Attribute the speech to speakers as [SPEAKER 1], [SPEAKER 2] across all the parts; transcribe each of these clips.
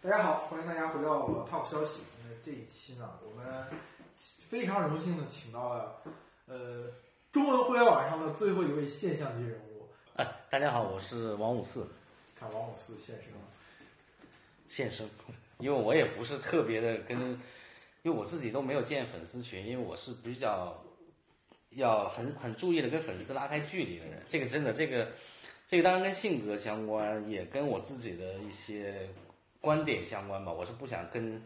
[SPEAKER 1] 大家好，欢迎大家回到了 Top 消息。那这一期呢，我们非常荣幸的请到了呃中文互联网上的最后一位现象级人物，
[SPEAKER 2] 哎，大家好，我是王五四
[SPEAKER 1] 看王五四现身了。
[SPEAKER 2] 现身， 因为我也不是特别的跟，因为我自己都没有建粉丝群，因为我是比较要很很注意的跟粉丝拉开距离的人。这个真的，这个这个当然跟性格相关，也跟我自己的一些观点相关吧。我是不想跟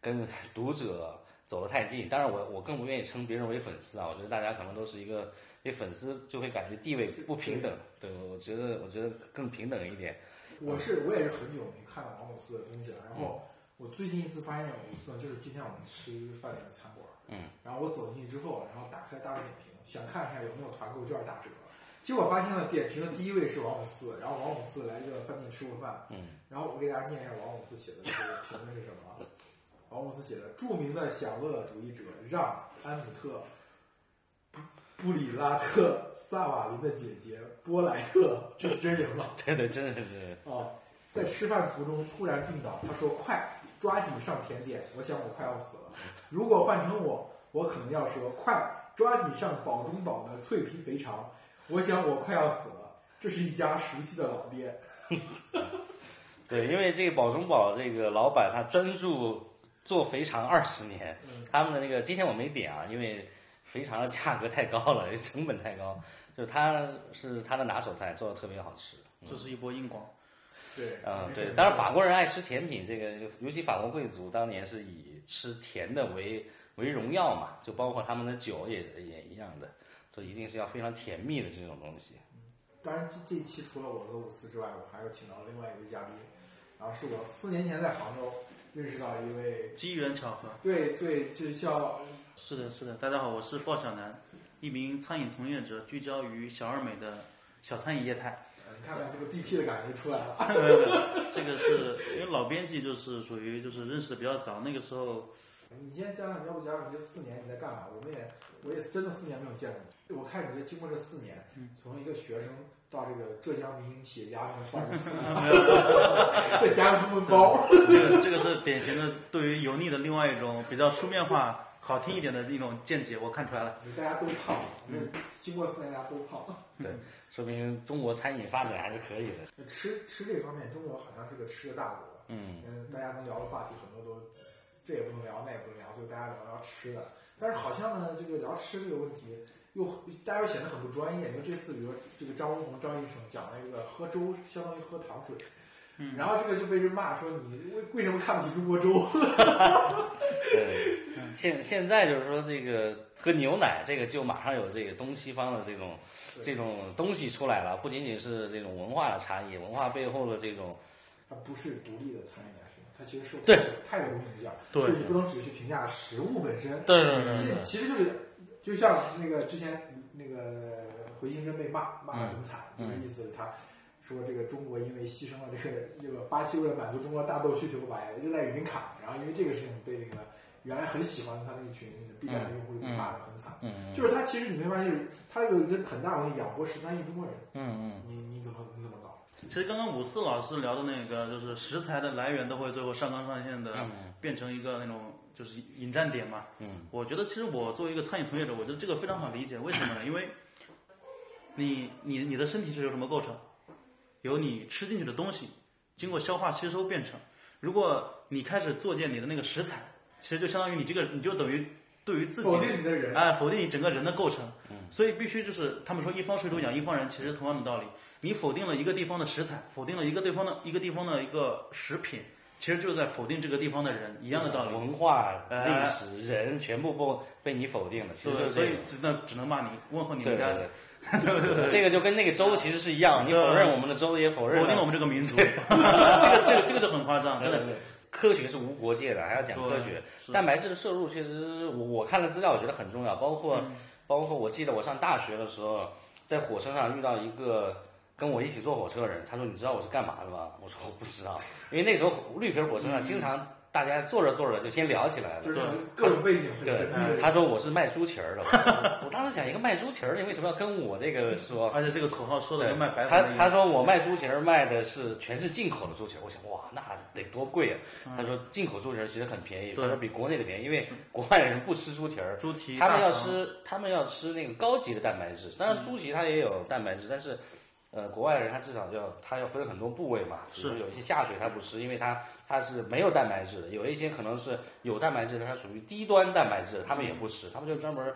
[SPEAKER 2] 跟读者走得太近，当然我我更不愿意称别人为粉丝啊。我觉得大家可能都是一个对粉丝就会感觉地位不平等，对我觉得我觉得更平等一点。
[SPEAKER 1] 我是我也是很久没看到王五四的东西了，然后我最近一次发现王五四呢，就是今天我们吃饭那个餐馆，
[SPEAKER 2] 嗯，
[SPEAKER 1] 然后我走进去之后，然后打开大众点评，想看一下有没有团购券打折，结果发现了点评的第一位是王五四，然后王五四来这个饭店吃过饭，
[SPEAKER 2] 嗯，
[SPEAKER 1] 然后我给大家念一下王五四写的这个评论是什么啊，王五四写的著名的享乐主义者让安姆特布里拉特萨瓦林的姐姐波莱特，这是真人吗？
[SPEAKER 2] 对对，真的是
[SPEAKER 1] 哦，在吃饭途中突然病倒，他说：“快，抓紧上甜点，我想我快要死了。 如果换成我，我可能要说：快，抓紧上宝中宝的脆皮肥肠，我想我快要死了。这是一家熟悉的老店。
[SPEAKER 2] 对，因为这个宝中宝这个老板他专注做肥肠二十年，
[SPEAKER 1] 嗯
[SPEAKER 2] 他们的那个今天我没点啊，因为肥肠的价格太高了， 成本太高，就是他是他的拿手菜，做的特别好吃。
[SPEAKER 3] 这是一波硬广，”
[SPEAKER 1] 对，
[SPEAKER 2] 嗯，对，
[SPEAKER 1] 嗯
[SPEAKER 2] 当然法国人爱吃甜品，这个尤其法国贵族当年是以吃甜的为为荣耀嘛，就包括他们的酒也也一样的，所以一定是要非常甜蜜的这种东西。
[SPEAKER 1] 当然这这一期除了我和伍思之外，我还有请到另外一位嘉宾，然后是我四年前在杭州认识到一位，
[SPEAKER 3] 机缘巧合。
[SPEAKER 1] 对对，就呃叫
[SPEAKER 3] 是的，是的。大家好，我是鲍小南，一名餐饮从业者，聚焦于小而美的小餐饮业态。
[SPEAKER 1] 呃你看看这个 BP 的感觉出来了。
[SPEAKER 3] 没有没有这个是因为老编辑就是属于就是认识的比较早，那个时候
[SPEAKER 1] 你今天加上要不加上你这四年你在干嘛？我们也我也真的四年没有见过你。我看你这经过这四年，从一个学生到这个浙江民营企业家，能换个思路再加个公文包。
[SPEAKER 3] 这个这个是典型的对于油腻的另外一种比较书面化、好听一点的一种见解，我看出来了。
[SPEAKER 1] 大家都胖，嗯，经过四年大家都胖。
[SPEAKER 2] 对，说明中国餐饮发展还是可以的。
[SPEAKER 1] 吃吃这方面，中国好像是个吃的大国，
[SPEAKER 2] 嗯。
[SPEAKER 1] 嗯，大家能聊的话题很多都，这也不能聊，那也不能聊，所以大家聊聊吃的。但是好像呢，这个聊吃这个问题，又大家又显得很不专业。因为这次，比如说这个张文宏、张医生讲那个喝粥，相当于喝糖水，
[SPEAKER 3] 嗯
[SPEAKER 1] 然后这个就被人骂说你为为什么看不起中国粥？
[SPEAKER 2] 对，现现在就是说这个喝牛奶，这个就马上有这个东西方的这种
[SPEAKER 1] 对
[SPEAKER 2] 这种东西出来了，不仅仅是这种文化的差异，文化背后的这种
[SPEAKER 1] 它不是独立的餐饮来说，它其实是
[SPEAKER 2] 对
[SPEAKER 1] 太多影响，
[SPEAKER 3] 对
[SPEAKER 1] 就你不能只去评价食物本身，
[SPEAKER 2] 对
[SPEAKER 3] 对
[SPEAKER 1] 那其实就是，就像那个之前那个回形针被骂骂的很惨，就
[SPEAKER 2] 嗯
[SPEAKER 1] 是意思他说这个中国因为牺牲了这个这个巴西为了满足中国大豆需求把热带雨林砍，然后因为这个事情被那个原来很喜欢他那一群 B 站的用户
[SPEAKER 2] 嗯嗯
[SPEAKER 1] 骂的很惨。
[SPEAKER 2] 嗯
[SPEAKER 1] 就是他其实你没发现，就是他有一个很大的问题养活十三亿中国人，
[SPEAKER 2] 嗯
[SPEAKER 1] 你你怎么你怎么搞？
[SPEAKER 3] 其实刚刚五四老师聊的那个，就是食材的来源都会最后上纲上线的
[SPEAKER 2] 嗯
[SPEAKER 3] 变成一个那种就是引战点嘛。
[SPEAKER 2] 嗯
[SPEAKER 3] 我觉得其实我作为一个餐饮从业者，我觉得这个非常好理解。为什么
[SPEAKER 2] 嗯
[SPEAKER 3] 呢？因为你你你的身体是由什么构成？由你吃进去的东西经过消化吸收变成。如果你开始作践你的那个食材，其实就相当于你这个你就等于对于自己
[SPEAKER 1] 否定你的人，
[SPEAKER 2] 啊
[SPEAKER 3] 哎，否定你整个人的构成。
[SPEAKER 2] 嗯
[SPEAKER 3] 所以必须就是他们说一方水土养一方人，其实同样的道理，你否定了一个地方的食材，否定了一个对方的一个地方的一个食品，其实就是在否定这个地方的人，一样的道理。
[SPEAKER 2] 文化、
[SPEAKER 3] 哎
[SPEAKER 2] 历史、人全部被被你否定了，其实就是
[SPEAKER 3] 对，呃所
[SPEAKER 2] 这
[SPEAKER 3] 以
[SPEAKER 2] 个
[SPEAKER 3] 只能只能骂你，问候你
[SPEAKER 2] 对
[SPEAKER 3] 们家，
[SPEAKER 2] 对对，这个就跟那个粥其实是一样，你否认我们的粥，也否认
[SPEAKER 3] 否定了我
[SPEAKER 2] 了
[SPEAKER 3] 们这个民 族。这个这个这个就很夸张，
[SPEAKER 2] 对对
[SPEAKER 3] 真的。
[SPEAKER 2] 对科学是无国界的，还要讲
[SPEAKER 3] 对
[SPEAKER 2] 科学。
[SPEAKER 3] 是
[SPEAKER 2] 蛋白质的摄入，其实我我看了资料，我觉得很重要。包括、包括我记得我上大学的时候，在火车上遇到一个跟我一起坐火车的人，他说：“你知道我是干嘛的吗？”我说：“我不知道。”因为那时候绿皮火车上经常大家坐着坐着就先聊起来了。
[SPEAKER 1] 就是各种背景是
[SPEAKER 2] 对哎
[SPEAKER 1] 真的，
[SPEAKER 2] 他说我是卖猪蹄儿的，我我当时想一个卖猪蹄儿的，你为什么要跟我这个说？
[SPEAKER 3] 而且这个口号说的
[SPEAKER 2] 对
[SPEAKER 3] 跟卖白
[SPEAKER 2] 他
[SPEAKER 3] 粉一
[SPEAKER 2] 他
[SPEAKER 3] 样。
[SPEAKER 2] 说我卖猪蹄儿卖的是全是进口的猪蹄儿，我想哇那得多贵啊！他说进口猪蹄儿其实很便宜，
[SPEAKER 3] 嗯对
[SPEAKER 2] 他说比国内的便宜，因为国外人不吃猪蹄儿，
[SPEAKER 3] 猪蹄
[SPEAKER 2] 他们
[SPEAKER 3] 大
[SPEAKER 2] 要
[SPEAKER 3] 肠嗯
[SPEAKER 2] 吃他们要吃那个高级的蛋白质，当然猪蹄它也有蛋白质，但是呃国外人他至少要他要分很多部位嘛，比如
[SPEAKER 3] 是
[SPEAKER 2] 有一些下水他不吃，因为他他是没有蛋白质的，有一些可能是有蛋白质，但它属于低端蛋白质，他们也不
[SPEAKER 3] 嗯
[SPEAKER 2] 吃，他们就专门。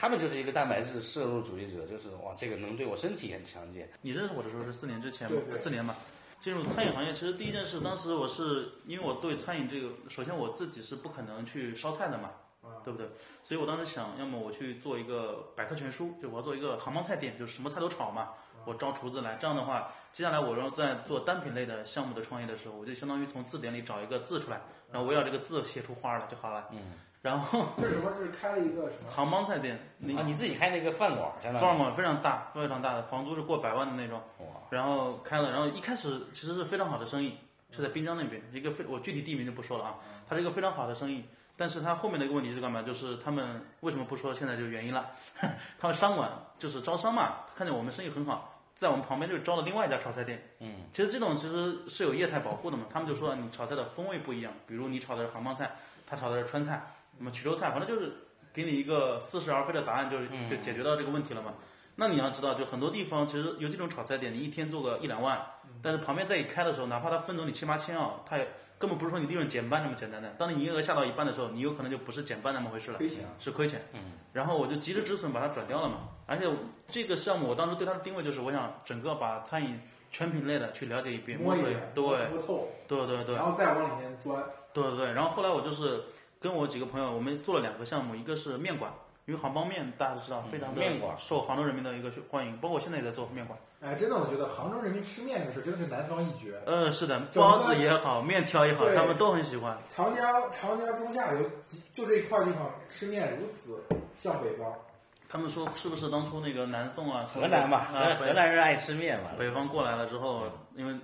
[SPEAKER 2] 他们就是一个蛋白质摄入主义者，就是哇，这个能对我身体很强健。
[SPEAKER 3] 你认识我的时候是四年之前嘛
[SPEAKER 1] 对？对
[SPEAKER 3] 四年嘛。进入餐饮行业，其实第一件事，当时我是因为我对餐饮这个，首先我自己是不可能去烧菜的嘛，
[SPEAKER 1] 啊，
[SPEAKER 3] 对不对？所以我当时想，要么我去做一个百科全书，就我要做一个杭帮菜店，就是什么菜都炒嘛，
[SPEAKER 1] 啊
[SPEAKER 3] 我招厨子来。这样的话，接下来我要在做单品类的项目的创业的时候，我就相当于从字典里找一个字出来，然后围绕这个字写出花来就好了。
[SPEAKER 2] 嗯，
[SPEAKER 3] 然后
[SPEAKER 1] 啊这是什么？这是开了一个什么？
[SPEAKER 3] 杭帮菜店，那
[SPEAKER 2] 啊，你自己开那个饭馆儿，相当于
[SPEAKER 3] 饭馆非常大，非常大的，房租是过百万的那种。
[SPEAKER 2] 哇，
[SPEAKER 3] 然后开了，然后一开始其实是非常好的生意，是在滨江那边一个非我具体地名就不说了啊，它是一个非常好的生意，但是它后面的一个问题是干嘛？就是他们为什么不说现在就原因了？ 他们商管就是招商嘛，看见我们生意很好，在我们旁边就招了另外一家炒菜店。
[SPEAKER 2] 嗯，
[SPEAKER 3] 其实这种其实是有业态保护的嘛，他们就说你炒菜的风味不一样，比如你炒的是杭帮菜，他炒的是川菜，那么衢州菜，反正就是给你一个似是而非的答案就，就解决到这个问题了嘛。那你要知道，就很多地方其实有这种炒菜店，你一天做个一两万，但是旁边在你开的时候，哪怕他分走你七八千啊，他也根本不是说你利润减半那么简单的。当你营业额下到一半的时候，你有可能就不是减半那么回事了，
[SPEAKER 1] 亏钱
[SPEAKER 3] 是亏钱。嗯，然后我就及时止损把它转掉了嘛。而且这个项目我当时对它的定位就是，我想整个把餐饮全品类的去了解一遍，摸
[SPEAKER 1] 摸一
[SPEAKER 3] 索一
[SPEAKER 1] 遍
[SPEAKER 3] 遍。，对
[SPEAKER 1] 摸透，
[SPEAKER 3] 对对对。
[SPEAKER 1] 然后再往里面钻。
[SPEAKER 3] 对对对，然后后来我就是跟我几个朋友，我们做了两个项目，一个是面馆，因为杭帮面大家都知道，非常
[SPEAKER 2] 嗯
[SPEAKER 3] 的
[SPEAKER 2] 面馆
[SPEAKER 3] 受杭州人民的一个欢迎，包括我现在也在做面馆。
[SPEAKER 1] 哎，真的，我觉得杭州人民吃面这事儿真的是南方一绝。
[SPEAKER 3] 呃，是的，包子也好，面条也好，
[SPEAKER 1] 对
[SPEAKER 3] 他们都很喜欢。
[SPEAKER 1] 长江、长江中下游几就这一块地方吃面如此向北方，
[SPEAKER 3] 他们说是不是当初那个南宋啊，
[SPEAKER 2] 河南嘛，
[SPEAKER 3] 啊
[SPEAKER 2] 河河南人爱吃面嘛，
[SPEAKER 3] 北北方过来了之后，因为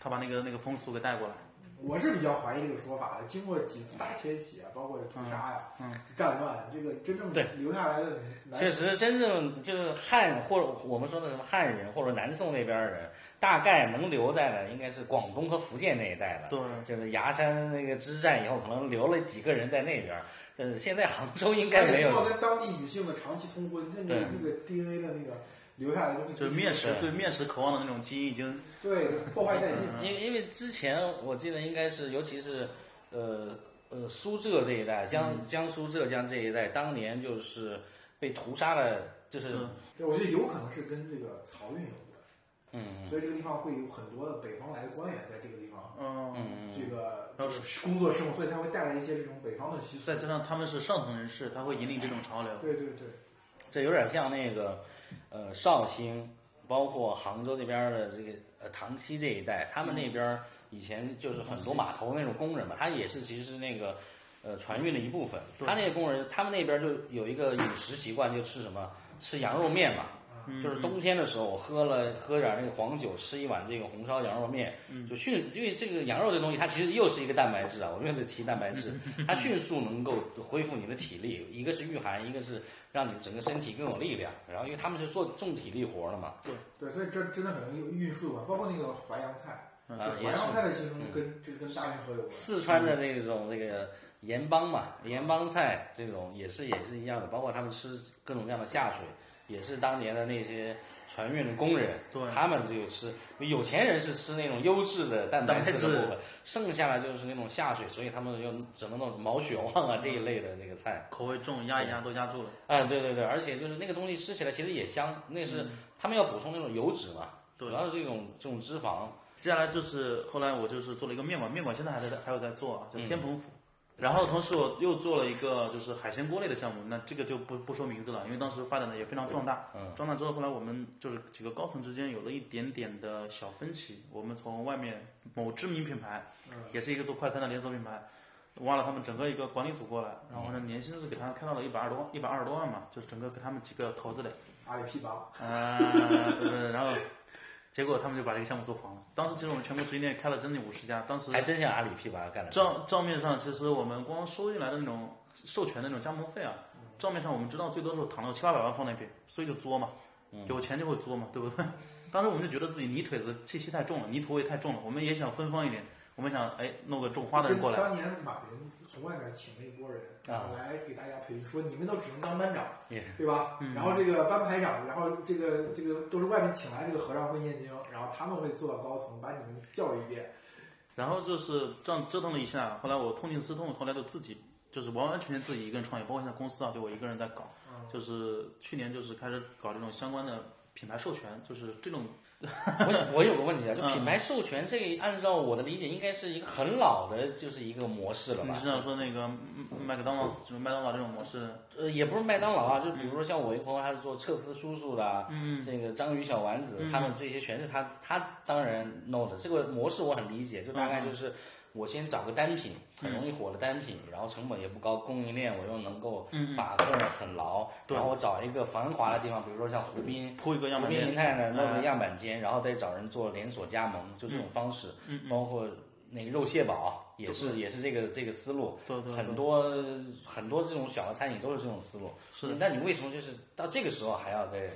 [SPEAKER 3] 他把那个那个风俗给带过来，
[SPEAKER 1] 我是比较怀疑这个说法的。经过几次大迁徙啊，包括屠杀呀、
[SPEAKER 3] 嗯
[SPEAKER 1] 战乱，啊这个真正
[SPEAKER 2] 对
[SPEAKER 1] 留下来的南
[SPEAKER 2] 确实，真正就是汉或者我们说的什么汉人或者南宋那边人，大概能留在的应该是广东和福建那一带了。
[SPEAKER 3] 对，
[SPEAKER 2] 就是崖山那个之战以后，可能留了几个人在那边。但是现在杭州应该哎没
[SPEAKER 1] 而且经过
[SPEAKER 2] 有。
[SPEAKER 1] 跟当地女性的长期通婚，那你
[SPEAKER 2] 对
[SPEAKER 1] 那个 DNA 的那个留下来的东西，
[SPEAKER 3] 就是面食
[SPEAKER 2] 对
[SPEAKER 3] 对面食渴望的那种基因已经
[SPEAKER 1] 对破坏殆尽。
[SPEAKER 2] 因为因为之前我记得应该是，尤其是呃呃苏浙这一带，江江苏浙江这一带，当年就是被屠杀的，就是
[SPEAKER 3] 嗯
[SPEAKER 1] 对，我觉得有可能是跟这个漕运有关，
[SPEAKER 2] 嗯
[SPEAKER 1] 所以这个地方会有很多的北方来的官员在这个地方，
[SPEAKER 3] 嗯，
[SPEAKER 2] 嗯
[SPEAKER 1] 这个
[SPEAKER 3] 嗯
[SPEAKER 1] 就是 工作生活，所以他会带来一些这种北方的习俗
[SPEAKER 3] 再。加上他们是上层人士，他会引领这种潮流。
[SPEAKER 1] 对对对，
[SPEAKER 2] 这有点像那个，呃，绍兴，包括杭州这边的这个呃塘西这一带，他们那边以前就是很多码头那种工人嘛，他也是其实是那个，呃，船运的一部分。
[SPEAKER 3] 对
[SPEAKER 2] 他那个工人，他们那边就有一个饮食习惯，就吃什么吃羊肉面嘛，
[SPEAKER 3] 嗯
[SPEAKER 2] 就是冬天的时候，我喝了喝点那个黄酒，吃一碗这个红烧羊肉面，
[SPEAKER 3] 嗯
[SPEAKER 2] 就迅，因为这个羊肉这东西，它其实又是一个蛋白质啊，我们又得提蛋白质，
[SPEAKER 3] 嗯
[SPEAKER 2] 它迅速能够恢复你的体力，一个是御寒，一个是让你整个身体更有力量。然后因为他们是做重体力活的嘛，
[SPEAKER 1] 对，所以这真的可能有运输吧，包括那个淮扬菜，
[SPEAKER 3] 嗯
[SPEAKER 2] 啊
[SPEAKER 1] 淮
[SPEAKER 2] 也是
[SPEAKER 1] 扬菜的形成跟这个跟大运河有关。
[SPEAKER 2] 四川的这种这个盐帮嘛，盐帮菜这种也是也是一样的，包括他们吃各种各样的下水，也是当年的那些船运的工人，
[SPEAKER 3] 对
[SPEAKER 2] 他们就吃。有钱人是吃那种优质的蛋白质
[SPEAKER 3] 蛋白
[SPEAKER 2] 的
[SPEAKER 3] 质
[SPEAKER 2] 部分，剩下的就是那种下水，所以他们就整那种毛血旺
[SPEAKER 3] 嗯
[SPEAKER 2] 啊这一类的那个菜。
[SPEAKER 3] 口味重，压一压都压住了。
[SPEAKER 2] 哎，对对对，而且就是那个东西吃起来其实也香，那是、他们要补充那种油脂嘛，
[SPEAKER 3] 嗯对
[SPEAKER 2] 主要是这种这种脂肪。
[SPEAKER 3] 接下来就是后来我就是做了一个面馆，面馆现在还在还有在做啊，叫天蓬府。然后同时我又做了一个就是海鲜锅类的项目，那这个就不不说名字了，因为当时发展的也非常壮大。
[SPEAKER 2] 嗯
[SPEAKER 3] 壮大之后，后来我们就是几个高层之间有了一点点的小分歧，我们从外面某知名品牌，也是一个做快餐的连锁品牌。挖了他们整个一个管理组过来，然后呢，年薪是给他开到了一百二十多，一百二十多万嘛，就是整个给他们几个投资的，
[SPEAKER 1] 阿里 P 八，
[SPEAKER 3] 啊，对对对然后结果他们就把这个项目做黄了。当时其实我们全国直营店开了将近五十家，当时
[SPEAKER 2] 还真像阿里 P 把它干了。
[SPEAKER 3] 账账面上，其实我们光收进来的那种授权的那种加盟费啊，账面上我们知道最多的时候躺了七八百万放那边，所以就作嘛，有钱就会作嘛，对不对？当时我们就觉得自己泥腿子气息太重了，泥土味太重了，我们也想芬芳一点，我们想哎弄个种花的人过来，
[SPEAKER 1] 当年马云从外面请了一波人
[SPEAKER 2] 啊
[SPEAKER 1] 来给大家培训，说你们都只能当班长，
[SPEAKER 2] 也嗯
[SPEAKER 1] 对吧？然后这个班排长，然后这个这个都是外面请来这个和尚会念经，然后他们会做到高层，把你们教育一遍。
[SPEAKER 3] 然后就是这样折腾了一下，后来我痛定思痛，后来就自己就是完完全全自己一个人创业，包括现在公司啊，就我一个人在搞，
[SPEAKER 1] 嗯
[SPEAKER 3] 就是去年就是开始搞这种相关的品牌授权，就是这种
[SPEAKER 2] 我我有个问题啊，就
[SPEAKER 3] 嗯
[SPEAKER 2] 品牌授权这个，按照我的理解，应该是一个很老的，就是一个模式了
[SPEAKER 3] 你
[SPEAKER 2] 吧？
[SPEAKER 3] 知道说那个嗯麦当劳、什么麦当劳这种模式，
[SPEAKER 2] 呃，也不是麦当劳啊，就比如说像我一个朋友，他是做撤资叔叔的啊，
[SPEAKER 3] 嗯
[SPEAKER 2] 这个章鱼小丸子，他们这些全是他他当然弄的。这个模式我很理解，就大
[SPEAKER 3] 嗯
[SPEAKER 2] 概就是我先找个单品，很容易火的单品，然后成本也不高，供应链我又能够
[SPEAKER 3] 嗯
[SPEAKER 2] 把控的很牢，
[SPEAKER 3] 对
[SPEAKER 2] 然后我找一个繁华的地方，比如说像湖滨，
[SPEAKER 3] 铺一个样板
[SPEAKER 2] 湖滨
[SPEAKER 3] 店
[SPEAKER 2] 银，泰呢弄
[SPEAKER 3] 哎
[SPEAKER 2] 个样板间，然后再找人做连锁加盟，就
[SPEAKER 3] 嗯
[SPEAKER 2] 这种方式，包括那个肉蟹堡也是也是这个这个思路，
[SPEAKER 3] 对对对
[SPEAKER 2] 很多很多这种小的餐饮都是这种思路。
[SPEAKER 3] 是的
[SPEAKER 2] 那你为什么就是到这个时候还要再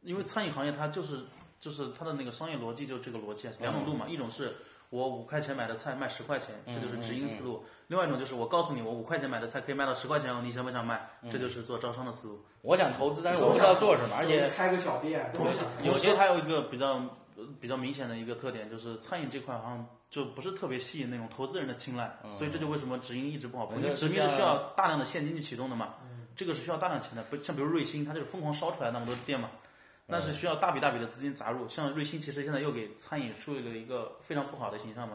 [SPEAKER 3] 因为餐饮行业它就是就是它的那个商业逻辑就是这个逻辑，啊两种路
[SPEAKER 2] 嗯
[SPEAKER 3] 嘛，一种是我五块钱买的菜卖十块钱，这就是
[SPEAKER 2] 嗯
[SPEAKER 3] 直营思路；另外一种就是我告诉你我五块钱买的菜可以卖到十块钱哦，你想不想卖？
[SPEAKER 2] 嗯
[SPEAKER 3] 这就是做招商的思路。
[SPEAKER 2] 我想投资，但是我不知道做什么，而且
[SPEAKER 1] 开个小店，都是
[SPEAKER 3] 有些还有一个比较呃比较明显的一个特点，就是餐饮这块好像就不是特别吸引那种投资人的青睐，
[SPEAKER 2] 嗯
[SPEAKER 3] 所以这就为什么直营一直不好
[SPEAKER 2] 我
[SPEAKER 3] 碰，
[SPEAKER 2] 觉
[SPEAKER 3] 因
[SPEAKER 2] 得
[SPEAKER 3] 为直营
[SPEAKER 2] 就像
[SPEAKER 3] 是需要大量的现金去启动的嘛，这个是需要大量钱的，不像比如瑞幸，它就是疯狂烧出来那么多店嘛。
[SPEAKER 2] 嗯
[SPEAKER 3] 那是需要大笔大笔的资金砸入，像瑞幸其实现在又给餐饮树立了一个非常不好的形象嘛。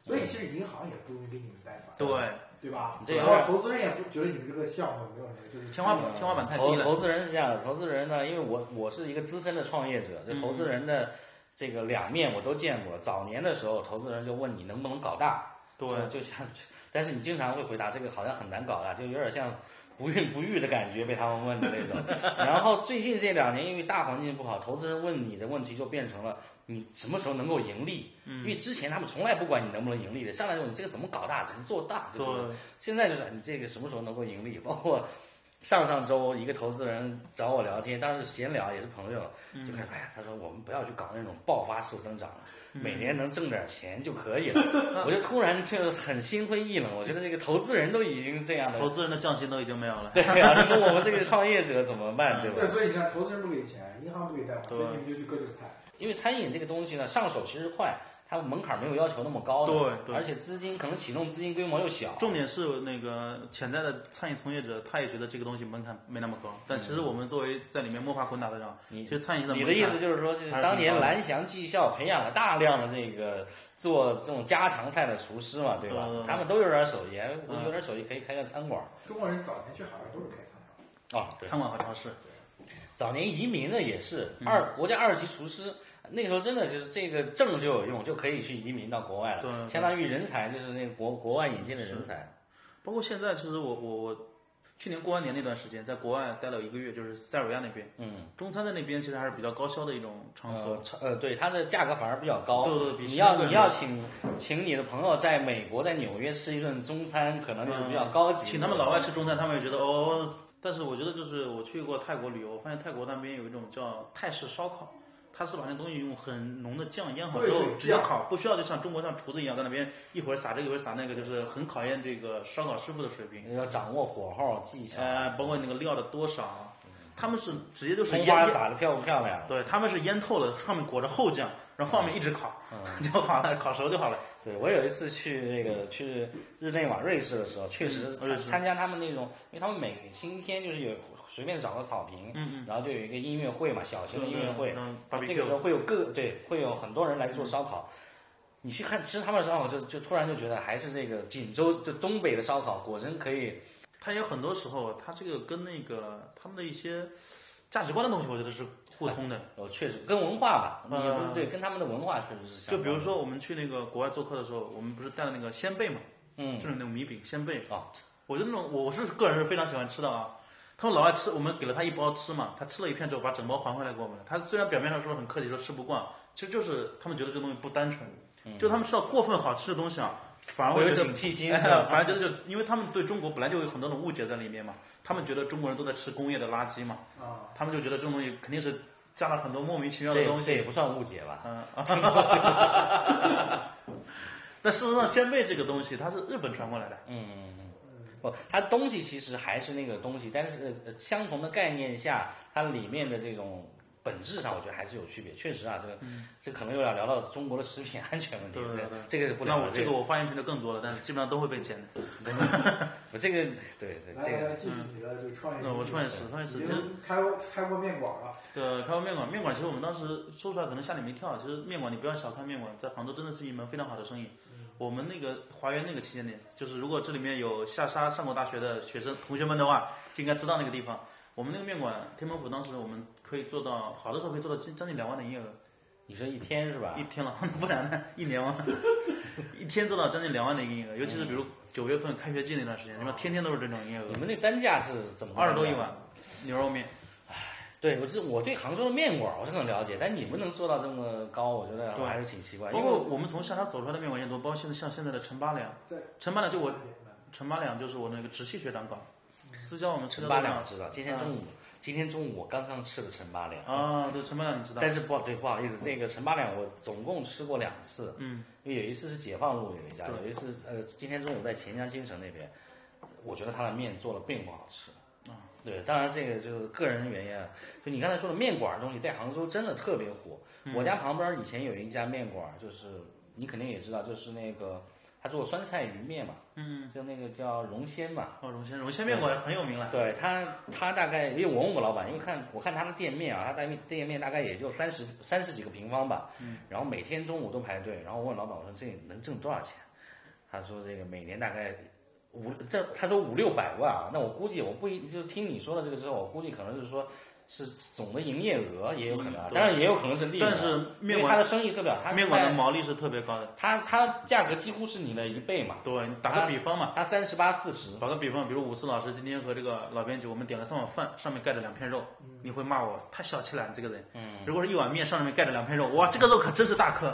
[SPEAKER 1] 所以其实银行也不容易给你们贷
[SPEAKER 2] 嗯
[SPEAKER 1] 款，
[SPEAKER 3] 对，
[SPEAKER 1] 对吧？
[SPEAKER 2] 这
[SPEAKER 1] 然
[SPEAKER 2] 有点
[SPEAKER 1] 后投资人也不觉得你们这个项目没有什么，就是
[SPEAKER 3] 天花板，天花板太低
[SPEAKER 2] 投
[SPEAKER 3] 了。
[SPEAKER 2] 投资人是这样的，投资人呢，因为我我是一个资深的创业者，就投
[SPEAKER 3] 嗯
[SPEAKER 2] 资人的这个两面我都见过。早年的时候，投资人就问你能不能搞大，
[SPEAKER 3] 对
[SPEAKER 2] 就就 像，但是你经常会回答这个好像很难搞啊大，就有点像不孕不育的感觉被他们问的那种。然后最近这两年，因为大环境不好，投资人问你的问题就变成了你什么时候能够盈利，
[SPEAKER 3] 嗯
[SPEAKER 2] 因为之前他们从来不管你能不能盈利的，上来就问你这个怎么搞大，怎么做大，嗯
[SPEAKER 3] 对
[SPEAKER 2] 就是现在就是哎你这个什么时候能够盈利？包括上上周一个投资人找我聊天，当时闲聊也是朋友，
[SPEAKER 3] 嗯
[SPEAKER 2] 就开始哎呀，他说我们不要去搞那种爆发式增长了，
[SPEAKER 3] 嗯
[SPEAKER 2] 每年能挣点钱就可以了。我就突然就很心灰意冷，我觉得这个投资人都已经这样
[SPEAKER 3] 投
[SPEAKER 2] 了，
[SPEAKER 3] 资人的降薪都已经没有了。
[SPEAKER 2] 对啊，你说我们这个创业者怎么
[SPEAKER 3] 嗯
[SPEAKER 2] 办，对吧
[SPEAKER 1] 对，？所以你看，投资人不给钱，银行不给贷款，所以
[SPEAKER 3] 对
[SPEAKER 1] 你们就去割韭菜。
[SPEAKER 2] 因为餐饮这个东西呢，上手其实快，它门槛没有要求那么高的，
[SPEAKER 3] 对对
[SPEAKER 2] 哦而且资金可能启动资金规模又小，
[SPEAKER 3] 重点是那个潜在的餐饮从业者，他也觉得这个东西门槛没那么高，但其实我们作为在里面摸爬滚打的人啊，
[SPEAKER 2] 你
[SPEAKER 3] 其实餐饮的
[SPEAKER 2] 你
[SPEAKER 3] 门
[SPEAKER 2] 的
[SPEAKER 3] 槛
[SPEAKER 2] 意思就是说，就是当年蓝翔技校培养了大量的这个做这种家常菜的厨师嘛，对吧？
[SPEAKER 3] 嗯
[SPEAKER 2] 他们都有点手艺，哎我有点手艺可以开个餐馆。
[SPEAKER 1] 中国人早年去海外都是开餐馆，
[SPEAKER 2] 哦，对，
[SPEAKER 3] 餐馆和超市，
[SPEAKER 2] 早年移民的也是
[SPEAKER 3] 嗯
[SPEAKER 2] 二国家二级厨师，那个时候真的就是这个证就有用，就可以去移民到国外
[SPEAKER 3] 对
[SPEAKER 2] 了，
[SPEAKER 3] 对
[SPEAKER 2] 相当于人才就是那个国国外引进的人才。呃
[SPEAKER 3] 包括现在，其实我我我去年过完年那段时间，在国外待了一个月，就是塞尔维亚那边，
[SPEAKER 2] 嗯，
[SPEAKER 3] 中餐在那边其实还是比较高消的一种场所，
[SPEAKER 2] 呃，呃，对，它的价格反而比较高。
[SPEAKER 3] 对对比
[SPEAKER 2] 呃你
[SPEAKER 3] 新加
[SPEAKER 2] 要
[SPEAKER 3] 坡
[SPEAKER 2] 你
[SPEAKER 3] 人
[SPEAKER 2] 要请请你的朋友在美国在纽约吃一顿中餐，可能就是比较高级。
[SPEAKER 3] 嗯请他们老外吃中餐，他们也觉得哦。但是我觉得，就是我去过泰国旅游，我发现泰国那边有一种叫泰式烧烤，它是把那东西用很浓的酱腌好之后
[SPEAKER 1] 对对
[SPEAKER 3] 直接
[SPEAKER 1] 酱
[SPEAKER 3] 烤，不需要就像中国像厨子一样在那边一会儿撒这个一会儿撒那个，就是很考验这个烧烤师傅的水平。
[SPEAKER 2] 要掌握火候技巧，
[SPEAKER 3] 呃，包括那个料的多少，他们是直接就是
[SPEAKER 2] 葱
[SPEAKER 3] 腌
[SPEAKER 2] 花撒的漂不漂亮？
[SPEAKER 3] 对，他们是腌透了，上面裹着厚酱，然后放面一直烤，
[SPEAKER 2] 嗯
[SPEAKER 3] 就好了，烤熟就好了。
[SPEAKER 2] 对我有一次去那个去日内瓦瑞士的时候，确实
[SPEAKER 3] 嗯瑞士
[SPEAKER 2] 参加他们那种，因为他们每个星期天就是有随便找个草坪，然后就有一个音乐会嘛，小型的音乐会，
[SPEAKER 3] 嗯，barbecue
[SPEAKER 2] 这个时候会有各对会有很多人来
[SPEAKER 3] 嗯
[SPEAKER 2] 做烧烤。你去看吃他们的烧烤，就就突然就觉得还是这个锦州就东北的烧烤，果真可以
[SPEAKER 3] 它有很多时候，它这个跟那个他们的一些价值观的东西，我觉得是互通的。
[SPEAKER 2] 哦，确实跟文化吧，
[SPEAKER 3] 嗯
[SPEAKER 2] 也不是对，跟他们的文化确实是相
[SPEAKER 3] 就
[SPEAKER 2] 关
[SPEAKER 3] 比如说我们去那个国外做客的时候，我们不是带了那个鲜贝嘛，
[SPEAKER 2] 嗯
[SPEAKER 3] 就是那种米饼鲜贝。
[SPEAKER 2] 哦，
[SPEAKER 3] 我就那种我我是个人是非常喜欢吃的啊。他们老爱吃，我们给了他一包吃嘛，他吃了一片之后把整包还回来给我们了。他虽然表面上说很客气，说吃不惯，其实就是他们觉得这东西不单纯，就他们吃到过分好吃的东西啊，反而
[SPEAKER 2] 嗯会
[SPEAKER 3] 会
[SPEAKER 2] 有
[SPEAKER 3] 觉得
[SPEAKER 2] 警惕 心，
[SPEAKER 3] 哎
[SPEAKER 2] 是吧
[SPEAKER 3] 反正觉得就，因为他们对中国本来就有很多的误解在里面嘛，他们觉得中国人都在吃工业的垃圾嘛，
[SPEAKER 1] 啊，
[SPEAKER 3] 他们就觉得这种东西肯定是加了很多莫名其妙
[SPEAKER 2] 这
[SPEAKER 3] 的
[SPEAKER 2] 也
[SPEAKER 3] 东
[SPEAKER 2] 这也
[SPEAKER 3] 西。
[SPEAKER 2] 不算误解吧？
[SPEAKER 3] 嗯，啊但事实上，鲜贝这个东西它是日本传过来的，
[SPEAKER 2] 不，它东西其实还是那个东西，但是呃相同的概念下，它里面的这种本质上，我觉得还是有区别。确实啊，这个、这可能又要聊到中国的食品安全问题，
[SPEAKER 3] 嗯对对
[SPEAKER 2] 这
[SPEAKER 3] 对
[SPEAKER 2] 这个是不
[SPEAKER 3] 那
[SPEAKER 2] 聊的。
[SPEAKER 3] 我
[SPEAKER 2] 这
[SPEAKER 3] 这个我发言权就更多了，但是基本上都会被剪的。
[SPEAKER 2] 我这个对对
[SPEAKER 1] 来
[SPEAKER 2] 这
[SPEAKER 1] 来
[SPEAKER 2] 个
[SPEAKER 1] 来，继续你的这个
[SPEAKER 2] 嗯
[SPEAKER 1] 创业经
[SPEAKER 3] 那
[SPEAKER 1] 历。
[SPEAKER 3] 嗯我创业史，创业史
[SPEAKER 1] 已
[SPEAKER 3] 其实
[SPEAKER 1] 经开过开过面馆了，
[SPEAKER 3] 呃，开过面馆，面馆其实我们当时说出来可能吓你们一跳。其实面馆你不要小看面馆，在杭州真的是一门非常好的生意。
[SPEAKER 2] 嗯
[SPEAKER 3] 我们那个华园那个旗舰店，就是如果这里面有下沙上过大学的学生同学们的话，就应该知道那个地方。我们那个面馆天门府当时我们可以做到好的时候可以做到近将近两万的营业额，
[SPEAKER 2] 你说一天是吧
[SPEAKER 3] 一？天了， 不然呢一年嘛， 一天做到将近两万的营业额，尤其是比如九月份开学季那段时间，你
[SPEAKER 2] 嗯
[SPEAKER 3] 们天天都是这种营业额
[SPEAKER 2] 你，们那单价是怎么？
[SPEAKER 3] 二十多一碗。牛肉面。
[SPEAKER 2] 对，我这我对杭州的面馆我是很了解，但你们能做到这么高，我觉得我还是挺奇怪。
[SPEAKER 3] 包
[SPEAKER 2] 因
[SPEAKER 3] 括
[SPEAKER 2] 为
[SPEAKER 3] 我们从下沙走出来的面馆也多，包括现在像现在的陈八两，
[SPEAKER 1] 对，
[SPEAKER 3] 陈八两就我陈八两就是我那个直系学长搞，私教我们吃
[SPEAKER 2] 嗯陈
[SPEAKER 3] 的
[SPEAKER 2] 八
[SPEAKER 3] 都
[SPEAKER 2] 两我
[SPEAKER 3] 一
[SPEAKER 2] 知道，今天
[SPEAKER 3] 嗯
[SPEAKER 2] 中午、今天中午我刚刚吃了陈八两
[SPEAKER 3] 样，啊，对陈八两你知道，
[SPEAKER 2] 但是不好对不好意思，这个陈八两我总共吃过两次。
[SPEAKER 3] 嗯，
[SPEAKER 2] 因为有一次是解放路有一家，
[SPEAKER 3] 对
[SPEAKER 2] 有一次呃，今天中午在钱江新城那边，我觉得他的面做的并不好吃。
[SPEAKER 3] 嗯
[SPEAKER 2] 啊，对，当然这个就是个人原因啊。就你刚才说的面馆儿东西，在杭州真的特别火。
[SPEAKER 3] 嗯
[SPEAKER 2] 我家旁边儿以前有一家面馆儿，就是你肯定也知道，就是那个他做酸菜鱼面嘛，嗯，就那个叫荣仙嘛。
[SPEAKER 3] 哦荣仙荣仙面馆很有名了，
[SPEAKER 2] 对他，他大概因为我问过老板，因为看我看他的店面啊，他店面店面大概也就三十三十几个平方吧，嗯，然后每天中午都排队，然后我哎问老板我说这嗯能挣多少钱？他说这个每年大概五这他说五六百万啊，那我估计我不一就听你说的这个之后，我估计可能就是说是总的营业额也有可能啊，
[SPEAKER 3] 嗯对
[SPEAKER 2] 当然也有可能是利润啊，
[SPEAKER 3] 但是
[SPEAKER 2] 因
[SPEAKER 3] 面
[SPEAKER 2] 为他
[SPEAKER 3] 馆
[SPEAKER 2] 的生意特别好，他是
[SPEAKER 3] 面馆的
[SPEAKER 2] 卖
[SPEAKER 3] 毛利是特别高的，
[SPEAKER 2] 他他价格几乎是你的一倍嘛，
[SPEAKER 3] 对，你打个比方嘛，
[SPEAKER 2] 他三十八四十，
[SPEAKER 3] 打个比方，比如武四老师今天和这个老编辑我们点了三碗饭，上面盖着两片肉，你会骂我太小气了，你这个人，嗯，如果是一碗面上面盖着两片肉，哇，这个肉可真是大 颗，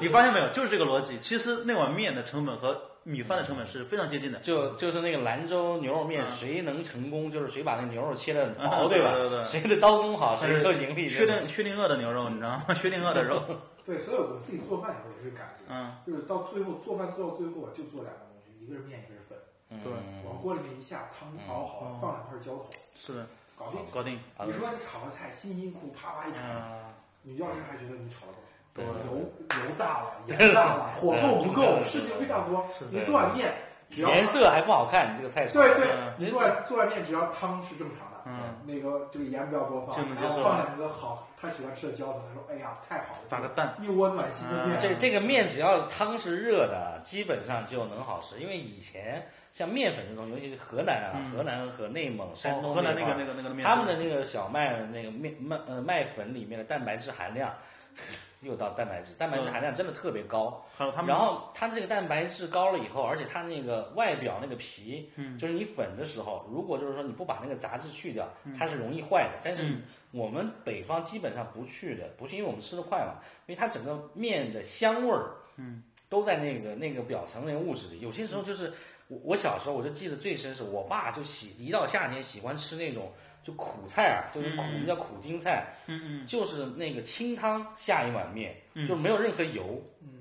[SPEAKER 3] 你发现没有，就是这个逻辑，其实那碗面的成本和米饭的成本是非常接近的。
[SPEAKER 2] 就就是那个兰州牛肉面，谁能成功，就是谁把那个牛肉切的薄，对吧？
[SPEAKER 3] 嗯啊对对对
[SPEAKER 2] 谁的刀工好，
[SPEAKER 3] 但
[SPEAKER 2] 谁
[SPEAKER 3] 是
[SPEAKER 2] 就盈利。
[SPEAKER 3] 薛
[SPEAKER 2] 对吧
[SPEAKER 3] 定薛定谔的牛肉，你知道吗？薛定谔 的肉，
[SPEAKER 1] 对，所以我自己做饭也是感觉，
[SPEAKER 3] 嗯，
[SPEAKER 1] 就是到最后做饭做到最后啊，就做两个东西，一个是面，一个是粉，
[SPEAKER 2] 嗯
[SPEAKER 3] 对，
[SPEAKER 1] 往锅里面一下，汤
[SPEAKER 3] 嗯
[SPEAKER 1] 熬好，放两块浇头，
[SPEAKER 3] 是的，
[SPEAKER 1] 搞定。
[SPEAKER 3] 搞定。
[SPEAKER 2] 啊
[SPEAKER 1] 你说你炒个菜辛辛苦苦啪啪一炒，
[SPEAKER 3] 啊，
[SPEAKER 1] 你要是还觉得你炒的不好，
[SPEAKER 2] 对
[SPEAKER 1] 油油大了，盐大 了，火候不够，事情非常多。你做碗面，只要
[SPEAKER 2] 颜色还不好看，你这个菜
[SPEAKER 1] 对
[SPEAKER 2] 炒
[SPEAKER 1] 对
[SPEAKER 3] 嗯，
[SPEAKER 1] 你做碗做碗面只要汤是正常的，
[SPEAKER 3] 嗯，
[SPEAKER 1] 那个这个盐不要多放
[SPEAKER 3] 就能，接
[SPEAKER 1] 然后
[SPEAKER 3] 受
[SPEAKER 1] 放
[SPEAKER 3] 了
[SPEAKER 1] 两个好他喜欢吃的浇头，他说哎呀太好了，
[SPEAKER 3] 打个蛋，
[SPEAKER 1] 一窝暖心的面。
[SPEAKER 3] 嗯
[SPEAKER 2] 这这个面只要汤是热的，基本上就能好吃。因为以前像面粉这种，尤其是河南啊，河南和内蒙、山东
[SPEAKER 3] 嗯哦河南
[SPEAKER 2] 那
[SPEAKER 3] 那
[SPEAKER 2] 块
[SPEAKER 3] 个
[SPEAKER 2] 儿
[SPEAKER 3] 那个那个面，
[SPEAKER 2] 他们的那个小麦那个面麦呃麦粉里面的蛋白质含量， 又到蛋白质，蛋
[SPEAKER 3] 嗯
[SPEAKER 2] 白质含量真的特别高。
[SPEAKER 3] 还有他们
[SPEAKER 2] 然后它这个蛋白质高了以后，而且它那个外表那个皮，就是你粉的时候，如果就是说你不把那个杂质去掉，它是容易坏的。但是我们北方基本上不去的，不是因为我们吃的快嘛，因为它整个面的香味儿，嗯，都在那个那个表层那个物质里。有些时候就是我我小时候我就记得最深是我爸就喜一到夏天喜欢吃那种就苦菜啊，就是苦、叫苦丁菜，嗯嗯，就是那个清汤下一碗面，就没有任何油。
[SPEAKER 1] 嗯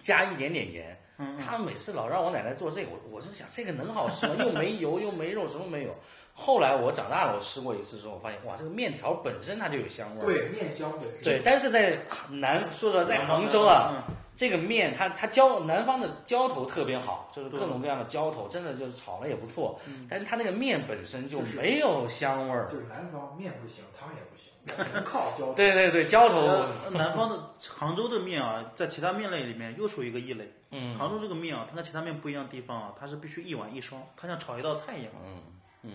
[SPEAKER 2] 加一点点盐。
[SPEAKER 3] 嗯
[SPEAKER 2] 他每次老让我奶奶做这个，我我就想这个能好吃吗？ 又没油，又没肉，什么没有。后来我长大了，我吃过一次之后，我发现哇，这个面条本身它就有香味儿。
[SPEAKER 1] 对面香本身，
[SPEAKER 2] 对，但是在南，说实话，在杭州啊，，
[SPEAKER 3] 嗯
[SPEAKER 2] 这个面它它浇南方的浇头特别好，就是各种各样的浇头，真的就是炒了也不错。
[SPEAKER 3] 嗯
[SPEAKER 2] 但是它那个面本身就没有香味儿。
[SPEAKER 1] 就是南方面不行，汤也不行，全靠 浇头。
[SPEAKER 2] 对对对，浇头，
[SPEAKER 3] 呃南方的杭州的面啊，在其他面类里面又属于一个异类。
[SPEAKER 2] 嗯，
[SPEAKER 3] 杭州这个面啊，它跟其他面不一样的地方啊，它是必须一碗一烧，它像炒一道菜一样。嗯。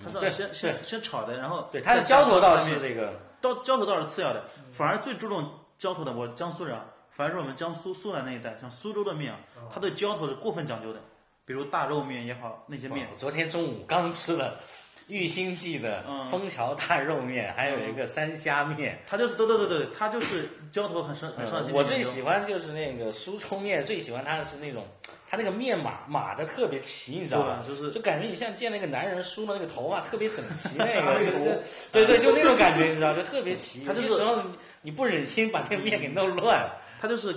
[SPEAKER 3] 它是
[SPEAKER 2] 对
[SPEAKER 3] 要先先先炒的，然后
[SPEAKER 2] 对，它的
[SPEAKER 3] 浇
[SPEAKER 2] 浇头倒是这个，
[SPEAKER 3] 到浇头倒是次要的，反而最注重浇头的，我江苏人啊，反而是我们江苏苏南那一带，像苏州的面啊，
[SPEAKER 1] 哦
[SPEAKER 3] 它
[SPEAKER 2] 哦
[SPEAKER 3] 对浇头是过分讲究的，比如大肉面也好，那些面
[SPEAKER 2] 我昨天中午刚吃的玉兴记的
[SPEAKER 3] 嗯
[SPEAKER 2] 枫桥大肉面，还有一个三虾面。
[SPEAKER 3] 他就是对对对对，他就是浇头很上嗯很上心。
[SPEAKER 2] 嗯我最喜欢就是那个苏冲面，最喜欢它的是那种，它那个面码码的特别齐，你知道吧？
[SPEAKER 3] 对就是
[SPEAKER 2] 就感觉你像见那个男人梳了那个头发特别整齐， 那
[SPEAKER 1] 大
[SPEAKER 2] 个
[SPEAKER 1] 背
[SPEAKER 2] 就
[SPEAKER 1] 头
[SPEAKER 2] 是对对，就那种感觉，你知道，就特别齐。
[SPEAKER 3] 它
[SPEAKER 2] 有
[SPEAKER 3] 哎就
[SPEAKER 2] 些
[SPEAKER 3] 是嗯
[SPEAKER 2] 时候你你不忍心把这个面给弄乱，
[SPEAKER 3] 它就是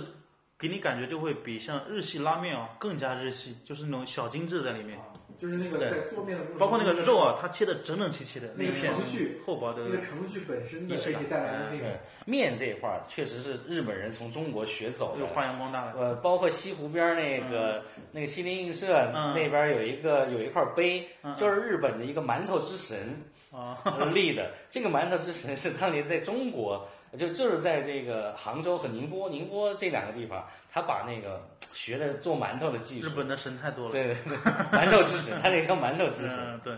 [SPEAKER 3] 给你感觉就会比像日系拉面啊更加日系，就是那种小精致在里面，
[SPEAKER 1] 啊就是那个
[SPEAKER 2] 对
[SPEAKER 1] 在做面的过程中，
[SPEAKER 3] 包括那个肉啊，它切的整整齐齐的，
[SPEAKER 1] 那个
[SPEAKER 3] 片
[SPEAKER 1] 程序
[SPEAKER 3] 厚薄的
[SPEAKER 1] 那个程序本身的
[SPEAKER 3] 仪式
[SPEAKER 1] 给
[SPEAKER 3] 感
[SPEAKER 1] 你带来的那
[SPEAKER 2] 对
[SPEAKER 1] 个，
[SPEAKER 2] 面这一块儿确实是日本人从中国学走
[SPEAKER 3] 又
[SPEAKER 2] 的。
[SPEAKER 3] 发扬光大了。
[SPEAKER 2] 呃，包括西湖边儿那个、那个西泠印社、
[SPEAKER 3] 嗯
[SPEAKER 2] 那边儿有一个有一块碑，
[SPEAKER 3] 嗯
[SPEAKER 2] 就是日本的一个馒头之神
[SPEAKER 3] 啊，
[SPEAKER 2] 立的。这个馒头之神是当年在中国，就就是在这个杭州和宁波，宁波这两个地方，他把那个学的做馒头的技术
[SPEAKER 3] 日，本的神太多了。
[SPEAKER 2] 对对对，馒头之神，他那个叫馒头之神。
[SPEAKER 3] 嗯，对，